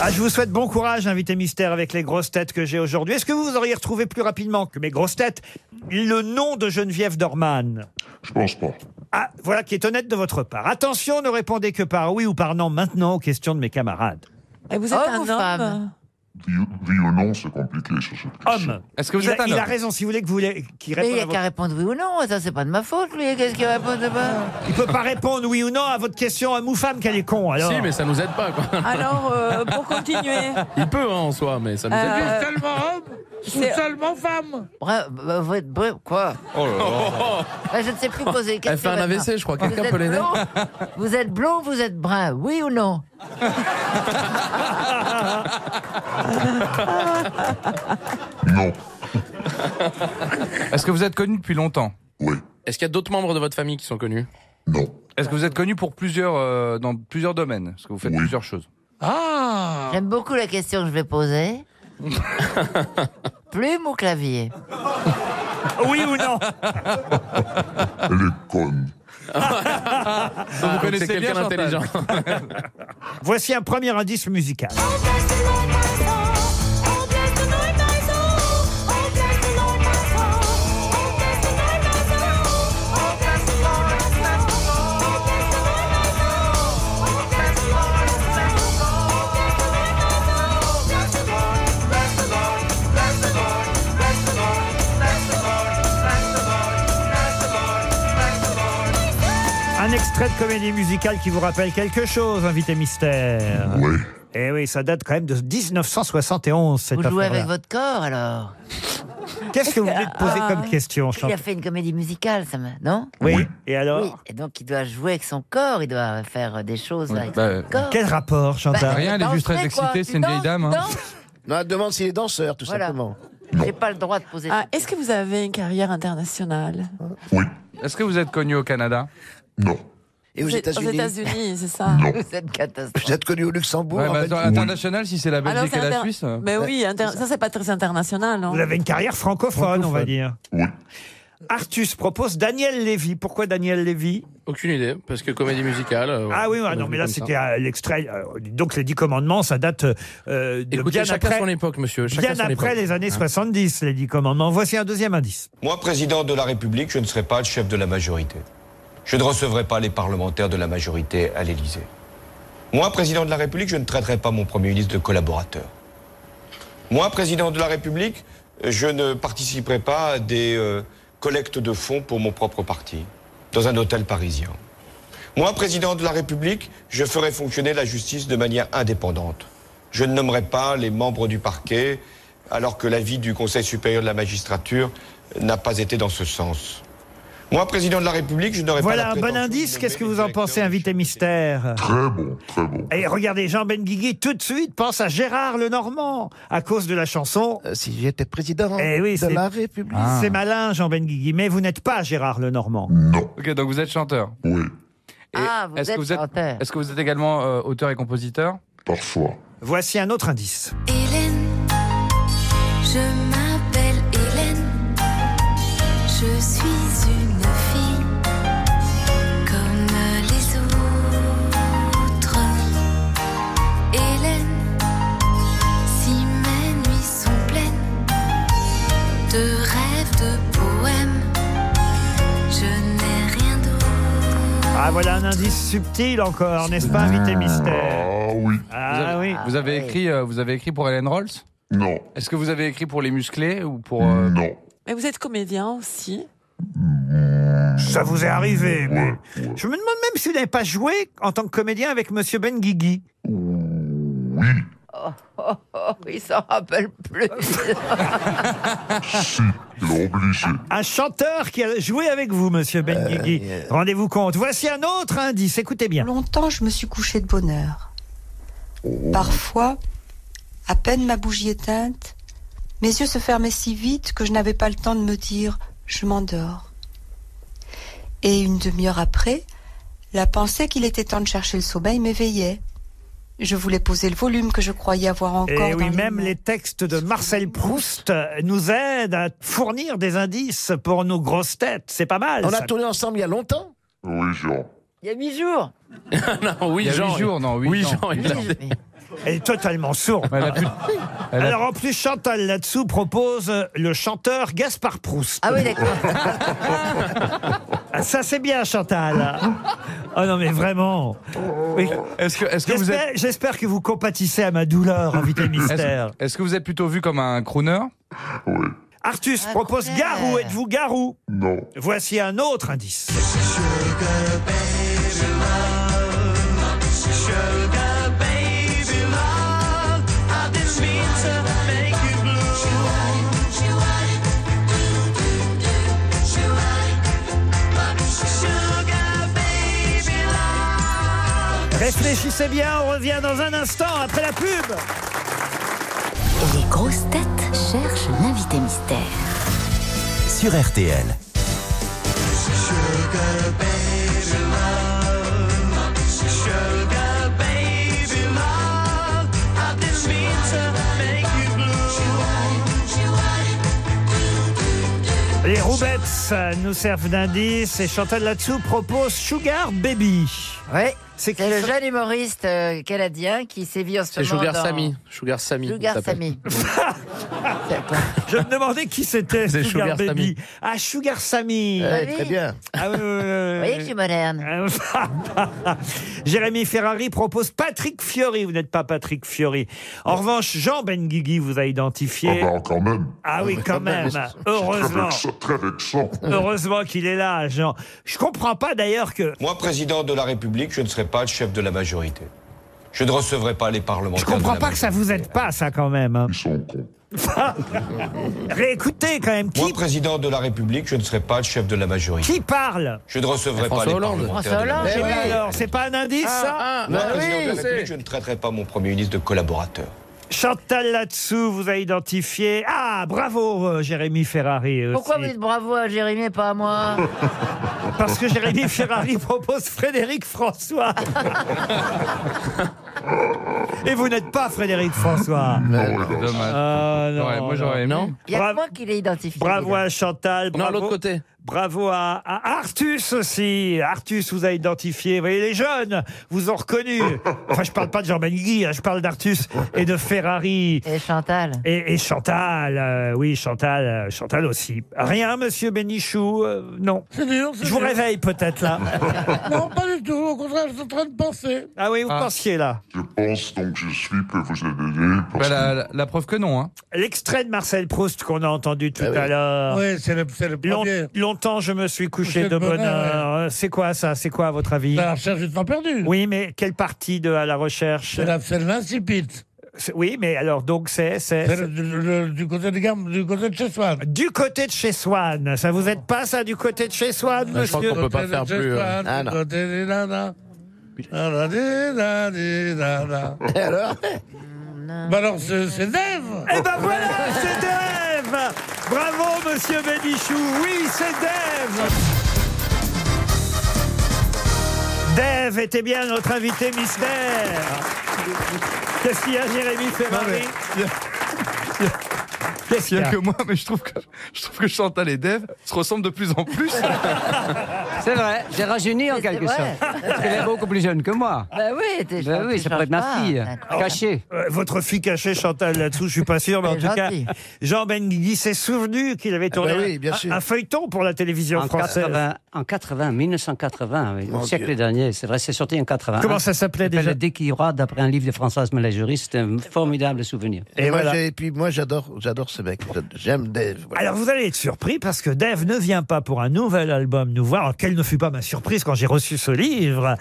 S4: Ah, je vous souhaite bon courage, invité mystère, avec les grosses têtes que j'ai aujourd'hui. Est-ce que vous auriez retrouvé plus rapidement que mes grosses têtes le nom de Geneviève Dorman
S17: Je pense pas.
S4: Ah, voilà qui est honnête de votre part. Attention, ne répondez que par oui ou par non maintenant aux questions de mes camarades.
S8: Et vous êtes
S14: Homme
S8: un
S14: ou
S8: homme Ah,
S14: femme
S17: Oui, oui ou non, c'est compliqué sur cette question.
S4: Homme.
S5: Est-ce que vous
S4: il
S5: êtes
S4: a,
S5: un
S4: il a
S5: homme
S4: raison, si vous voulez que vous voulez qu'il
S14: Mais il
S4: réponde.
S14: n'y
S4: à
S14: a qu'à
S4: votre-
S14: répondre oui ou non, ça c'est pas de ma faute, lui. Qu'est-ce qu'il répond de pas
S4: Il peut pas répondre oui ou non à votre question homme ou femme, qu'elle est con alors.
S10: Si, mais ça nous aide pas, quoi.
S8: Alors, euh, pour continuer,
S10: Il peut, hein, en soi, mais ça nous aide
S8: Euh,
S10: pas.
S6: Seulement homme ou
S8: c'est-
S6: seulement femme
S14: Bref, bah, vous êtes bref, quoi
S10: Oh là là.
S14: Bah, Je ne sais plus poser les
S10: Oh, Elle fait
S14: questions.
S10: un
S14: maintenant.
S10: AVC, je crois.
S14: Vous
S10: Quelqu'un
S14: êtes
S10: peut l'aider
S14: blond Vous êtes blond, vous êtes brun, oui ou non
S17: Non.
S5: Est-ce que vous êtes connu depuis longtemps
S10: Est-ce qu'il y a d'autres membres de votre famille qui sont connus
S5: Est-ce que vous êtes connu pour plusieurs, euh, dans plusieurs domaines Parce que vous faites plusieurs choses.
S6: Ah
S14: J'aime beaucoup la question que je vais poser. Plume ou clavier
S4: Oui ou non
S17: Elle est conne.
S10: vous
S5: Ah, donc
S10: connaissez
S5: c'est
S10: bien
S5: quelqu'un
S10: Chantal.
S4: Voici un premier indice musical. Un extrait de comédie musicale qui vous rappelle quelque chose, invité mystère.
S17: Oui.
S4: Eh oui, ça date quand même de 1971, cette
S14: Vous jouez
S4: affaire-là.
S14: avec votre corps alors
S4: Qu'est-ce que vous voulez poser comme question,
S14: Ah. Il a
S4: Chantal
S14: fait une comédie musicale, ça me... non
S4: oui. et alors
S14: Oui, et donc il doit jouer avec son corps, il doit faire des choses avec
S5: bah,
S14: son corps.
S4: Quel rapport, Chantal
S5: Rien, elle est juste très
S14: Danser, quoi.
S5: excitée, c'est une vieille
S14: Danse,
S5: dame. hein.
S14: danse.
S9: Non, elle demande s'il est danseur, tout
S14: Voilà.
S9: simplement.
S14: J'ai pas le droit de poser.
S8: ah, est-ce que vous avez une carrière internationale
S5: Est-ce que vous êtes connu au Canada
S9: Et aux
S8: Vous êtes-
S9: États-Unis
S8: États-Unis, c'est ça
S14: cette catastrophe.
S9: Vous êtes connu au Luxembourg
S5: Ouais,
S9: en
S5: mais
S9: Belgique.
S5: attends, International, si c'est la
S8: Alors,
S5: Belgique
S8: c'est
S5: et la
S8: inter-
S5: Suisse. euh,
S8: Mais oui, inter- ça, c'est pas très international. hein. non
S4: Vous avez une carrière francophone, on va dire. Artus propose Daniel Lévy. Pourquoi Daniel Lévy
S10: Aucune idée, parce que comédie musicale. euh,
S4: Ah oui, ah
S10: on
S4: non,
S10: joue
S4: mais là,
S10: comme ça.
S4: c'était euh, l'extrait. euh, donc, les Dix Commandements, ça date euh, de
S10: Écoutez,
S4: bien
S10: chacun
S4: après,
S10: son époque, monsieur. Chacun
S4: bien
S10: son
S4: après
S10: époque.
S4: les années
S10: Hein.
S4: 70, les Dix Commandements. Voici un deuxième indice.
S18: Moi, président de la République, je ne serai pas le chef de la majorité. Je ne recevrai pas les parlementaires de la majorité à l'Élysée. Moi, président de la République, je ne traiterai pas mon Premier ministre de collaborateur. Moi, président de la République, je ne participerai pas à des euh, collectes de fonds pour mon propre parti, dans un hôtel parisien. Moi, président de la République, je ferai fonctionner la justice de manière indépendante. Je ne nommerai pas les membres du parquet, alors que l'avis du Conseil supérieur de la magistrature n'a pas été dans ce sens. Moi, président de la République, je n'aurai pas
S4: Voilà
S18: la
S4: un bon
S18: prétention
S4: indice.
S18: de
S4: Qu'est-ce que
S18: nommer
S4: vous en
S18: les
S4: pensez,
S18: directeurs
S4: invité mystère
S17: Très bon, très bon.
S4: Et regardez, Jean Benguigui, tout de suite, pense à Gérard Lenormand, à cause de la chanson.
S9: Euh, si j'étais président
S4: Eh oui,
S9: de
S4: c'est- Ah.
S9: la République.
S4: C'est malin, Jean Benguigui, mais vous n'êtes pas Gérard Lenormand.
S5: Ok, donc vous êtes chanteur.
S17: Oui,
S5: Et
S14: Ah, vous
S5: est-ce
S14: êtes
S5: que vous êtes,
S14: chanteur.
S5: Est-ce que vous êtes également euh, auteur et compositeur
S17: parfois.
S4: Voici un autre indice.
S15: Hélène, je m'appelle Hélène, je suis une fille comme les autres. Hélène, si mes nuits sont pleines de rêves, de poèmes, je
S4: Ah, voilà un indice subtil encore, n'est-ce pas, invité mystère
S17: Ah oui.
S5: vous
S4: Ah
S5: avez,
S4: oui.
S5: Vous avez écrit, euh, vous avez écrit pour Helen Rolls
S17: Non.
S5: Est-ce que vous avez écrit pour Les Musclés ou pour euh,
S17: Non.
S8: Mais vous êtes comédien aussi.
S4: Ça vous est arrivé, mais je me demande même si vous n'avez pas joué en tant que comédien avec Monsieur Benguigui.
S14: Oh, oh, oh, il s'en
S9: Ah.
S14: rappelle plus.
S4: Un chanteur qui a joué avec vous, Monsieur
S17: Euh,
S4: Benguigui. Rendez-vous compte. Voici un autre indice. Écoutez bien.
S19: Longtemps, je me suis couchée de bonne heure. Parfois, à peine ma bougie éteinte, mes yeux se fermaient si vite que je n'avais pas le temps de me dire je m'endors. Et une demi-heure après, la pensée qu'il était temps de chercher le sommeil m'éveillait. Je voulais poser le volume que je croyais avoir encore.
S4: Et
S19: dans
S4: Eh oui,
S19: les
S4: même
S19: mains.
S4: les textes de Marcel Proust nous aident à fournir des indices pour nos grosses têtes. C'est pas mal.
S9: On a
S4: ça.
S9: tourné ensemble il y a longtemps
S17: Oui, Jean.
S14: Il y a huit jours.
S5: Ah non, oui,
S4: Jean.
S5: jours, non, oui, Jean.
S4: Elle est totalement sourde.
S5: elle a-
S4: Alors en plus, Chantal là-dessous propose euh, le chanteur Gaspard Proust.
S14: Ah oui, d'accord.
S4: Ah, Ça c'est bien, Chantal. Oh non, mais vraiment. Oui.
S5: Est-ce que, est-ce que vous
S4: J'espère
S5: êtes.
S4: j'espère que vous compatissez à ma douleur, invité mystère.
S5: Est-ce, est-ce que vous êtes plutôt vu comme un crooner
S4: Artus propose Garou. Êtes-vous Garou
S17: Non.
S4: Voici un autre indice.
S7: Sugar baby love, I didn't mean to make you blue. Sugar baby love.
S4: Réfléchissez bien, on revient dans un instant après la pub.
S3: Les grosses têtes cherchent l'invité mystère.
S2: Sur RTL.
S7: Sugar baby love, sugar baby love, I didn't mean to make you blue.
S4: Les roubettes euh, nous servent d'indice et Chantal là-dessous propose Sugar Baby.
S14: Ouais.
S4: C'est qui
S14: le
S4: ça
S14: jeune humoriste euh, canadien qui sévit en ce
S10: C'est
S14: moment.
S10: Sugar
S14: dans-
S10: Sammy. Sugar Sammy.
S14: Sugar
S10: ça s'appelle.
S14: Sammy.
S4: Je me demandais qui c'était
S10: C'est Sugar
S4: Sugar, Baby.
S10: Sammy.
S4: Ah, Sugar Sammy.
S14: Ouais, très bien.
S4: Ah, oui, oui, oui, oui.
S14: Vous voyez que je suis moderne.
S4: Euh, Ah, Jérémy Ferrari propose Patrick Fiori. Vous n'êtes pas Patrick Fiori. En revanche, Jean Benguigui vous a
S17: Ah
S4: identifié.
S17: bah, quand même.
S4: Ah oui, quand même. Heureusement.
S17: C'est très vexant. Très vexant.
S4: Heureusement qu'il est là, Ah, Jean. Je comprends pas d'ailleurs que.
S18: Moi, président de la République, je ne serai pas le chef de la majorité. Je ne recevrai pas les
S4: Je
S18: parlementaires.
S4: comprends
S18: de la
S4: pas que ça vous aide pas, ça, quand même. hein. Réécoutez quand même.
S18: Moi, président de la République, je ne serai pas le chef de la majorité.
S4: Qui parle
S18: Je ne recevrai pas les parlementaires. de la
S4: Eh ben
S18: majorité.
S4: alors, c'est pas un Ah indice, ça
S18: Moi, président de la République, je ne traiterai pas mon Premier ministre de collaborateur.
S4: Chantal là-dessous vous a identifié. Ah, bravo, euh, Jérémy Ferrari. euh, aussi.
S14: Pourquoi vous dites bravo à Jérémy et pas à moi
S4: Parce que Jérémy Ferrari propose Frédéric François. Et vous n'êtes pas Frédéric François.
S5: Oh, Dommage.
S4: Ah, non,
S5: Ouais, moi, j'aurais aimé.
S4: non.
S14: Il y a que
S4: Bravo,
S14: moi qui l'ai identifié.
S4: bravo à Chantal. Bravo,
S10: l'autre côté.
S4: Bravo à, à Artus aussi. Artus vous a identifié. Vous voyez, les jeunes vous ont reconnu. Enfin, je parle pas de Jean Benguigui, hein, je parle d'Artus et de Ferrari.
S14: Et Chantal.
S4: Et, et Chantal, euh, oui, Chantal, euh, Chantal aussi. Rien, monsieur Bénichou, euh, non. Je vous réveille peut-être là.
S6: Non, pas du tout. Au contraire, je suis en train de penser.
S4: Ah oui, vous pensiez là.
S17: Je pense donc je suis que vous êtes aidé parce
S5: Bah, la, la- la preuve que non. Hein.
S4: L'extrait de Marcel Proust qu'on a entendu tout à l'heure.
S6: Ah Oui, c'est le, c'est le
S4: Long-
S6: premier.
S4: longtemps je me suis couché
S6: Couché
S4: de
S6: de
S4: bonheur.
S6: bonheur,
S4: C'est quoi ça C'est quoi à votre avis
S6: La recherche du temps perdu.
S4: Oui, mais quelle partie de à la recherche
S6: C'est la- C'est l'insipide.
S4: C'est- Oui, mais alors donc c'est c'est-
S6: C'est
S4: c'est-
S6: le- le- le- du côté de gamme, du côté de chez Swan.
S4: du côté de chez Swan. Ça vous aide pas ça du côté de chez Swan,
S10: Ouais, je crois
S4: monsieur
S10: qu'on peut pas faire plus, euh.
S6: Ah, non.
S9: Et alors
S6: Bah alors, c'est c'est Dave
S4: Eh ben voilà, c'est Dave Bravo, monsieur Bénichou Oui, c'est Dave Dave était bien notre invité mystère Qu'est-ce qu'il y a, Jérémy Ferrari Qu'est-ce
S5: Il n'y a
S4: qu'il y
S5: que
S4: a
S5: moi, mais je trouve que, je trouve que Chantal et Dave se ressemblent de plus en plus.
S20: C'est vrai, j'ai rajeuni en
S5: Mais
S20: quelque
S5: c'est
S20: sorte.
S5: vrai.
S20: Parce qu'elle est beaucoup plus jeune que moi.
S14: Bah oui, t'es
S20: Bah oui,
S14: tu
S20: ça pourrait être ma
S14: changes pas.
S20: fille. Oh, Cachée.
S4: Euh, Votre fille cachée, Chantal, là-dessous, je suis pas sûr, mais en
S20: Elle
S4: tout
S20: est
S4: gentille.
S20: gentille.
S4: cas, Jean Benguigui s'est souvenu qu'il avait
S20: Ah
S4: tourné
S20: bah oui, bien
S4: un-
S20: sûr.
S4: un, feuilleton pour la télévision
S20: En
S4: française.
S20: 80, en 80, 1980, oui,
S4: Mon
S20: au siècle
S4: Dieu.
S20: dernier, c'est vrai, c'est sorti en 80.
S4: Comment ça s'appelait déjà
S20: Le Déquiroi, d'après un livre de Françoise Malajuris, c'est un formidable souvenir.
S9: Et, moi, j'ai- et puis moi, j'adore, j'adore ce mec. J'aime Dave. voilà.
S4: Alors vous allez être surpris parce que Dave ne vient pas pour un nouvel album nous voir. Alors, Quelle ne fut pas ma surprise quand j'ai reçu ce livre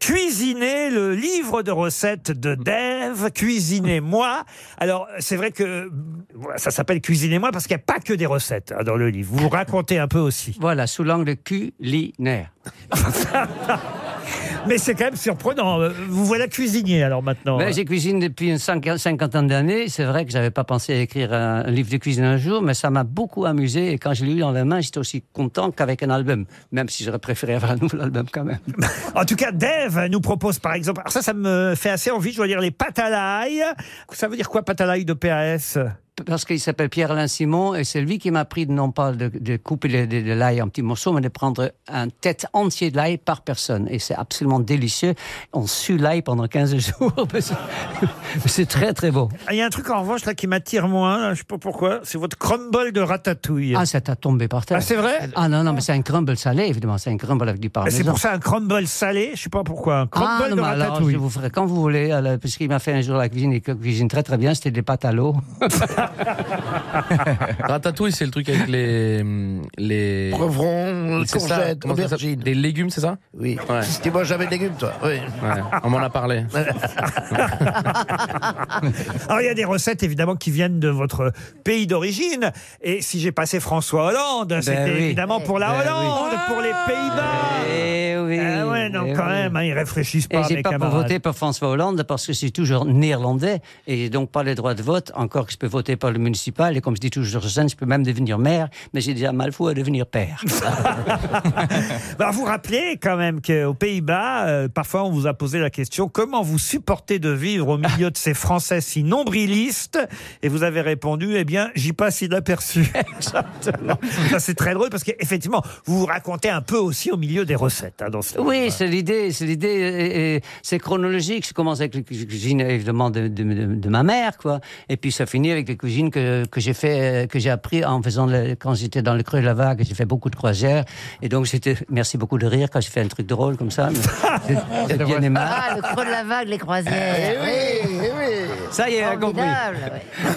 S4: Cuisiner le livre de recettes de Dave, cuisinez-moi. Alors c'est vrai que voilà, ça s'appelle cuisinez-moi parce qu'il n'y a pas que des recettes hein, dans le livre. Vous racontez un peu aussi.
S20: Voilà, sous l'angle culinaire.
S4: Mais c'est quand même surprenant. Euh, Vous voilà cuisinier alors maintenant.
S20: Ben, j'ai cuisiné depuis une cinqui- cinquantaine d'années. C'est vrai que j'avais pas pensé à écrire un, un livre de cuisine un jour, mais ça m'a beaucoup amusé. Et quand je l'ai eu dans la main, j'étais aussi content qu'avec un album, même si j'aurais préféré avoir un nouvel album quand même.
S4: En tout cas, Dave nous propose par exemple. Alors ça, ça me fait assez envie. Je dois dire les pâtes à l'ail. Ça veut dire quoi pâtes à l'ail de PAS
S20: Parce qu'il s'appelle Pierre-Alain Simon et c'est lui qui m'a appris de non pas de, de couper le- de, de l'ail en petits morceaux, mais de prendre un tête entier de l'ail par personne. Et c'est absolument délicieux. On sue l'ail pendant 15 jours. mais c'est- c'est très très beau.
S4: Ah, Il y a un truc en revanche là qui m'attire moins, là, je sais pas pourquoi, c'est votre crumble de ratatouille.
S20: Ah, ça t'a tombé par terre.
S4: Ah, c'est vrai
S20: Ah non, non, mais c'est un crumble salé, évidemment. C'est un crumble avec du
S4: Et
S20: parmesan.
S4: c'est pour ça un crumble salé, je sais pas pourquoi, un crumble
S20: Ah, non,
S4: de
S20: mais alors,
S4: ratatouille.
S20: je vous ferai quand vous voulez, alors, puisqu'il m'a fait un jour la cuisine et que cuisine très très bien, c'était des pâtes à l'eau.
S10: Ratatouille, c'est le truc avec les. hum, les...
S9: Poivrons,
S10: C'est ça,
S9: courgettes,
S10: comment ça s'appelle Des légumes, c'est ça
S9: Oui.
S10: Ouais.
S9: Si tu manges jamais de légumes, toi. Oui.
S10: Ouais, on m'en a parlé.
S4: Alors il y a des recettes évidemment qui viennent de votre pays d'origine. Et si j'ai passé François Hollande, c'était
S20: Ben oui.
S4: évidemment pour la
S20: Ben oui.
S4: Hollande,
S11: Ah,
S4: pour les Pays-Bas.
S20: Eh oui.
S4: Ah ouais, non,
S20: eh
S4: quand
S20: oui.
S4: même, hein, ils réfléchissent
S20: Et
S4: pas,
S20: j'ai
S4: mes
S20: pas
S4: camarades.
S20: voté pour François Hollande parce que je suis toujours néerlandais et j'ai donc pas les droits de vote. Encore que je peux voter pour le municipal et comme je dis toujours sur scène, je peux même devenir maire, mais j'ai déjà mal fou à devenir père.
S4: Bah, vous rappelez quand même qu'aux Pays-Bas, euh, parfois on vous a posé la question comment vous supportez de vivre au milieu de ces Français si nombrilistes Et vous avez répondu eh bien, j'y passe inaperçu. Exactement. Ça, c'est très drôle parce qu'effectivement, vous vous racontez un peu aussi au milieu des recettes. hein, dans ce-
S20: Oui, c'est l'idée, c'est l'idée, et- et c'est chronologique. Je commence avec les cu- cuisines évidemment de, de- de- de ma mère, quoi, et puis ça finit avec les cuisines que, que j'ai fait, euh, que j'ai appris en faisant le- quand j'étais dans le creux de la vague. J'ai fait beaucoup de croisières, et donc c'était merci beaucoup de rire quand j'ai fait un truc drôle comme ça. mais c'est- c'est bien aimable.
S14: Ah, le creux de la vague, les croisières.
S9: Eh oui, eh oui.
S20: Ça y est, elle a compris.
S14: Formidable, ouais.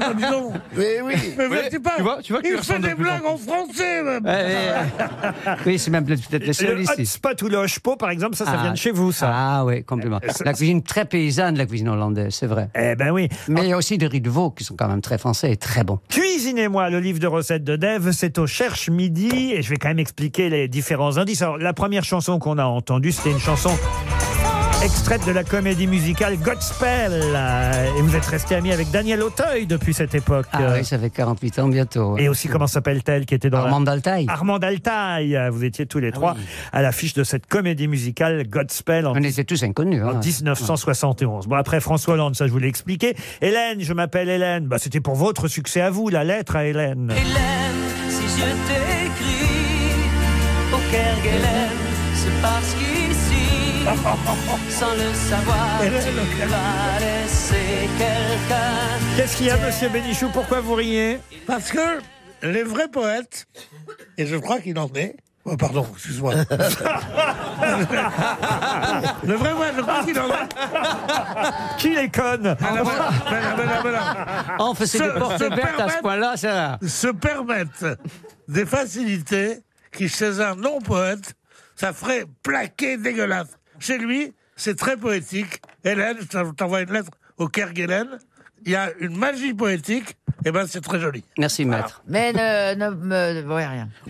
S6: Ah, dis donc.
S9: Mais oui.
S6: Mais
S20: Ouais,
S6: tu parles.
S20: tu vois- tu vois qu'il
S6: Il fait
S20: ressemble de
S6: des
S20: plus Eh, en
S6: blagues en français, même.
S20: Ouais, ouais, ouais. Oui, c'est même peut-être le seul
S4: Le
S20: ici.
S4: hotspot ou le hochepo, par exemple, ça, ça vient de chez vous, ça.
S20: Ah oui, complètement.
S4: Euh, ça-
S20: La cuisine très paysanne, la cuisine hollandaise, c'est vrai.
S4: Eh ben oui.
S20: Mais il y a aussi des riz de veau qui sont quand même très français et très bons.
S4: Cuisinez-moi le livre de recettes de Dev, c'est au Cherche Midi, et je vais quand même expliquer les différents indices. Alors, la première chanson qu'on a entendue, c'était une chanson extraite de la comédie musicale Godspell. euh, Et vous êtes resté ami avec Daniel Auteuil depuis cette époque.
S20: Ah
S4: euh,
S20: oui, ça fait 48 ans bientôt. ouais.
S4: Et aussi, comment s'appelle-t-elle qui était dans
S20: Armand
S4: la...
S20: Altaï. Ah
S4: Armand Altaï. euh, Vous étiez tous les trois à l'affiche de cette comédie musicale Godspell en
S20: On était tous inconnus.
S4: en
S20: hein.
S4: 1971. Bon, après François Hollande, ça je vous l'ai expliqué. Hélène, je m'appelle Hélène. Bah, C'était pour votre succès à vous, la lettre à Hélène.
S7: Hélène, si je t'écris au Caire Hélène, c'est parce qu'ici, sans le savoir, tu vas laisser quelqu'un.
S4: Qu'est-ce qu'il y a, monsieur Bénichou Pourquoi vous riez
S6: Parce que les vrais poètes, et je crois qu'il en est. Oh, pardon, excuse-moi. le vrai poète, je crois qu'il en est.
S4: Qui les conne
S6: Ah, voilà, voilà, voilà, voilà.
S20: On faisait
S6: Se-
S20: des portes
S6: se
S20: ouvertes à ce
S6: permettre-
S20: point-là, ça.
S6: se permettent des facilités qui, chez un non-poète, ça ferait plaquer dégueulasse. Chez lui, c'est très poétique. Hélène, je t'en- t'envoie une lettre au Kerguelen. Il y a une magie poétique. Et ben, c'est très joli.
S20: Merci, maître.
S14: Mais ne, ne me. Ouais, rien.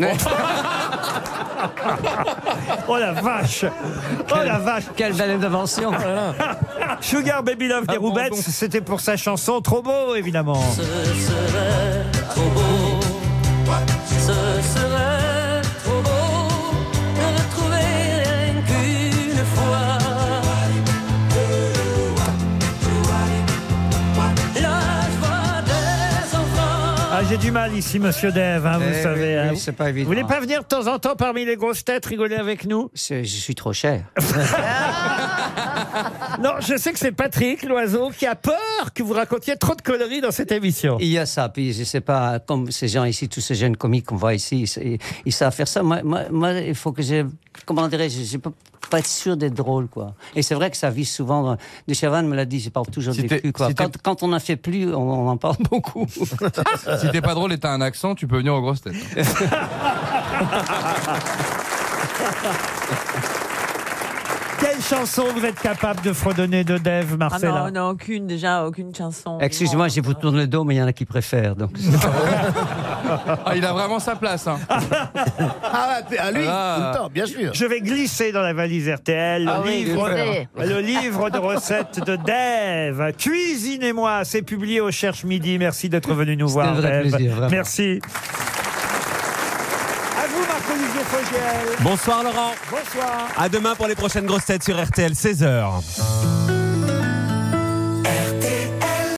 S4: Oh la vache Oh la vache
S20: Quelle belle intervention. Ah
S4: Sugar Baby Love des Roubettes, c'était pour sa chanson Trop beau, évidemment.
S7: Ce serait trop beau. Ce serait trop beau de retrouver rien qu'une fois. Là, je vois des enfants
S4: Ah, j'ai du mal ici, monsieur Dave, hein, vous
S20: Eh
S4: le
S20: oui,
S4: savez. hein.
S20: oui, c'est pas évident.
S4: Vous voulez pas venir de temps en temps parmi les grosses têtes rigoler avec nous
S20: Je suis trop cher.
S4: non, je sais que c'est Patrick Loiseau qui a peur que vous racontiez trop de conneries dans cette émission.
S20: Il y a ça, puis je sais pas, comme ces gens ici, tous ces jeunes comiques qu'on voit ici, ils, ils savent faire ça. Moi, moi- moi, il faut que je. Comment dirais-je Je peux pas être sûr d'être drôle, quoi. Et c'est vrai que ça vit souvent. dans- De Chavannes me l'a dit, je parle toujours
S5: Si
S20: des
S5: t'es-
S20: culs, quoi.
S5: si t'es-
S20: quand, quand on en fait plus, on, on en parle beaucoup.
S5: Si t'es pas drôle et t'as un accent, tu peux venir aux grosses têtes. hein.
S4: Quelle chanson vous êtes capable de fredonner de Dave,
S8: Ah
S4: Marcella
S8: non, non, aucune, déjà, aucune chanson.
S20: Excuse-moi, je vous tourne le dos, mais il y en a qui préfèrent. Donc.
S5: Ah, il a vraiment sa place. Hein.
S9: Ah, à lui,
S5: Ah.
S9: tout le temps, bien sûr.
S4: Je vais glisser dans la valise RTL le,
S9: Ah oui,
S4: livre,
S9: glissez.
S4: le livre de recettes de Dave. Cuisinez-moi, c'est publié au Cherche Midi. Merci d'être venu nous voir,
S20: un vrai
S4: Dave.
S20: plaisir, vraiment.
S4: Merci. À vous, Marc-Olivier Fogiel.
S20: eh.
S21: Bonsoir Laurent.
S4: Bonsoir.
S21: À demain pour les prochaines grosses têtes sur RTL 16h.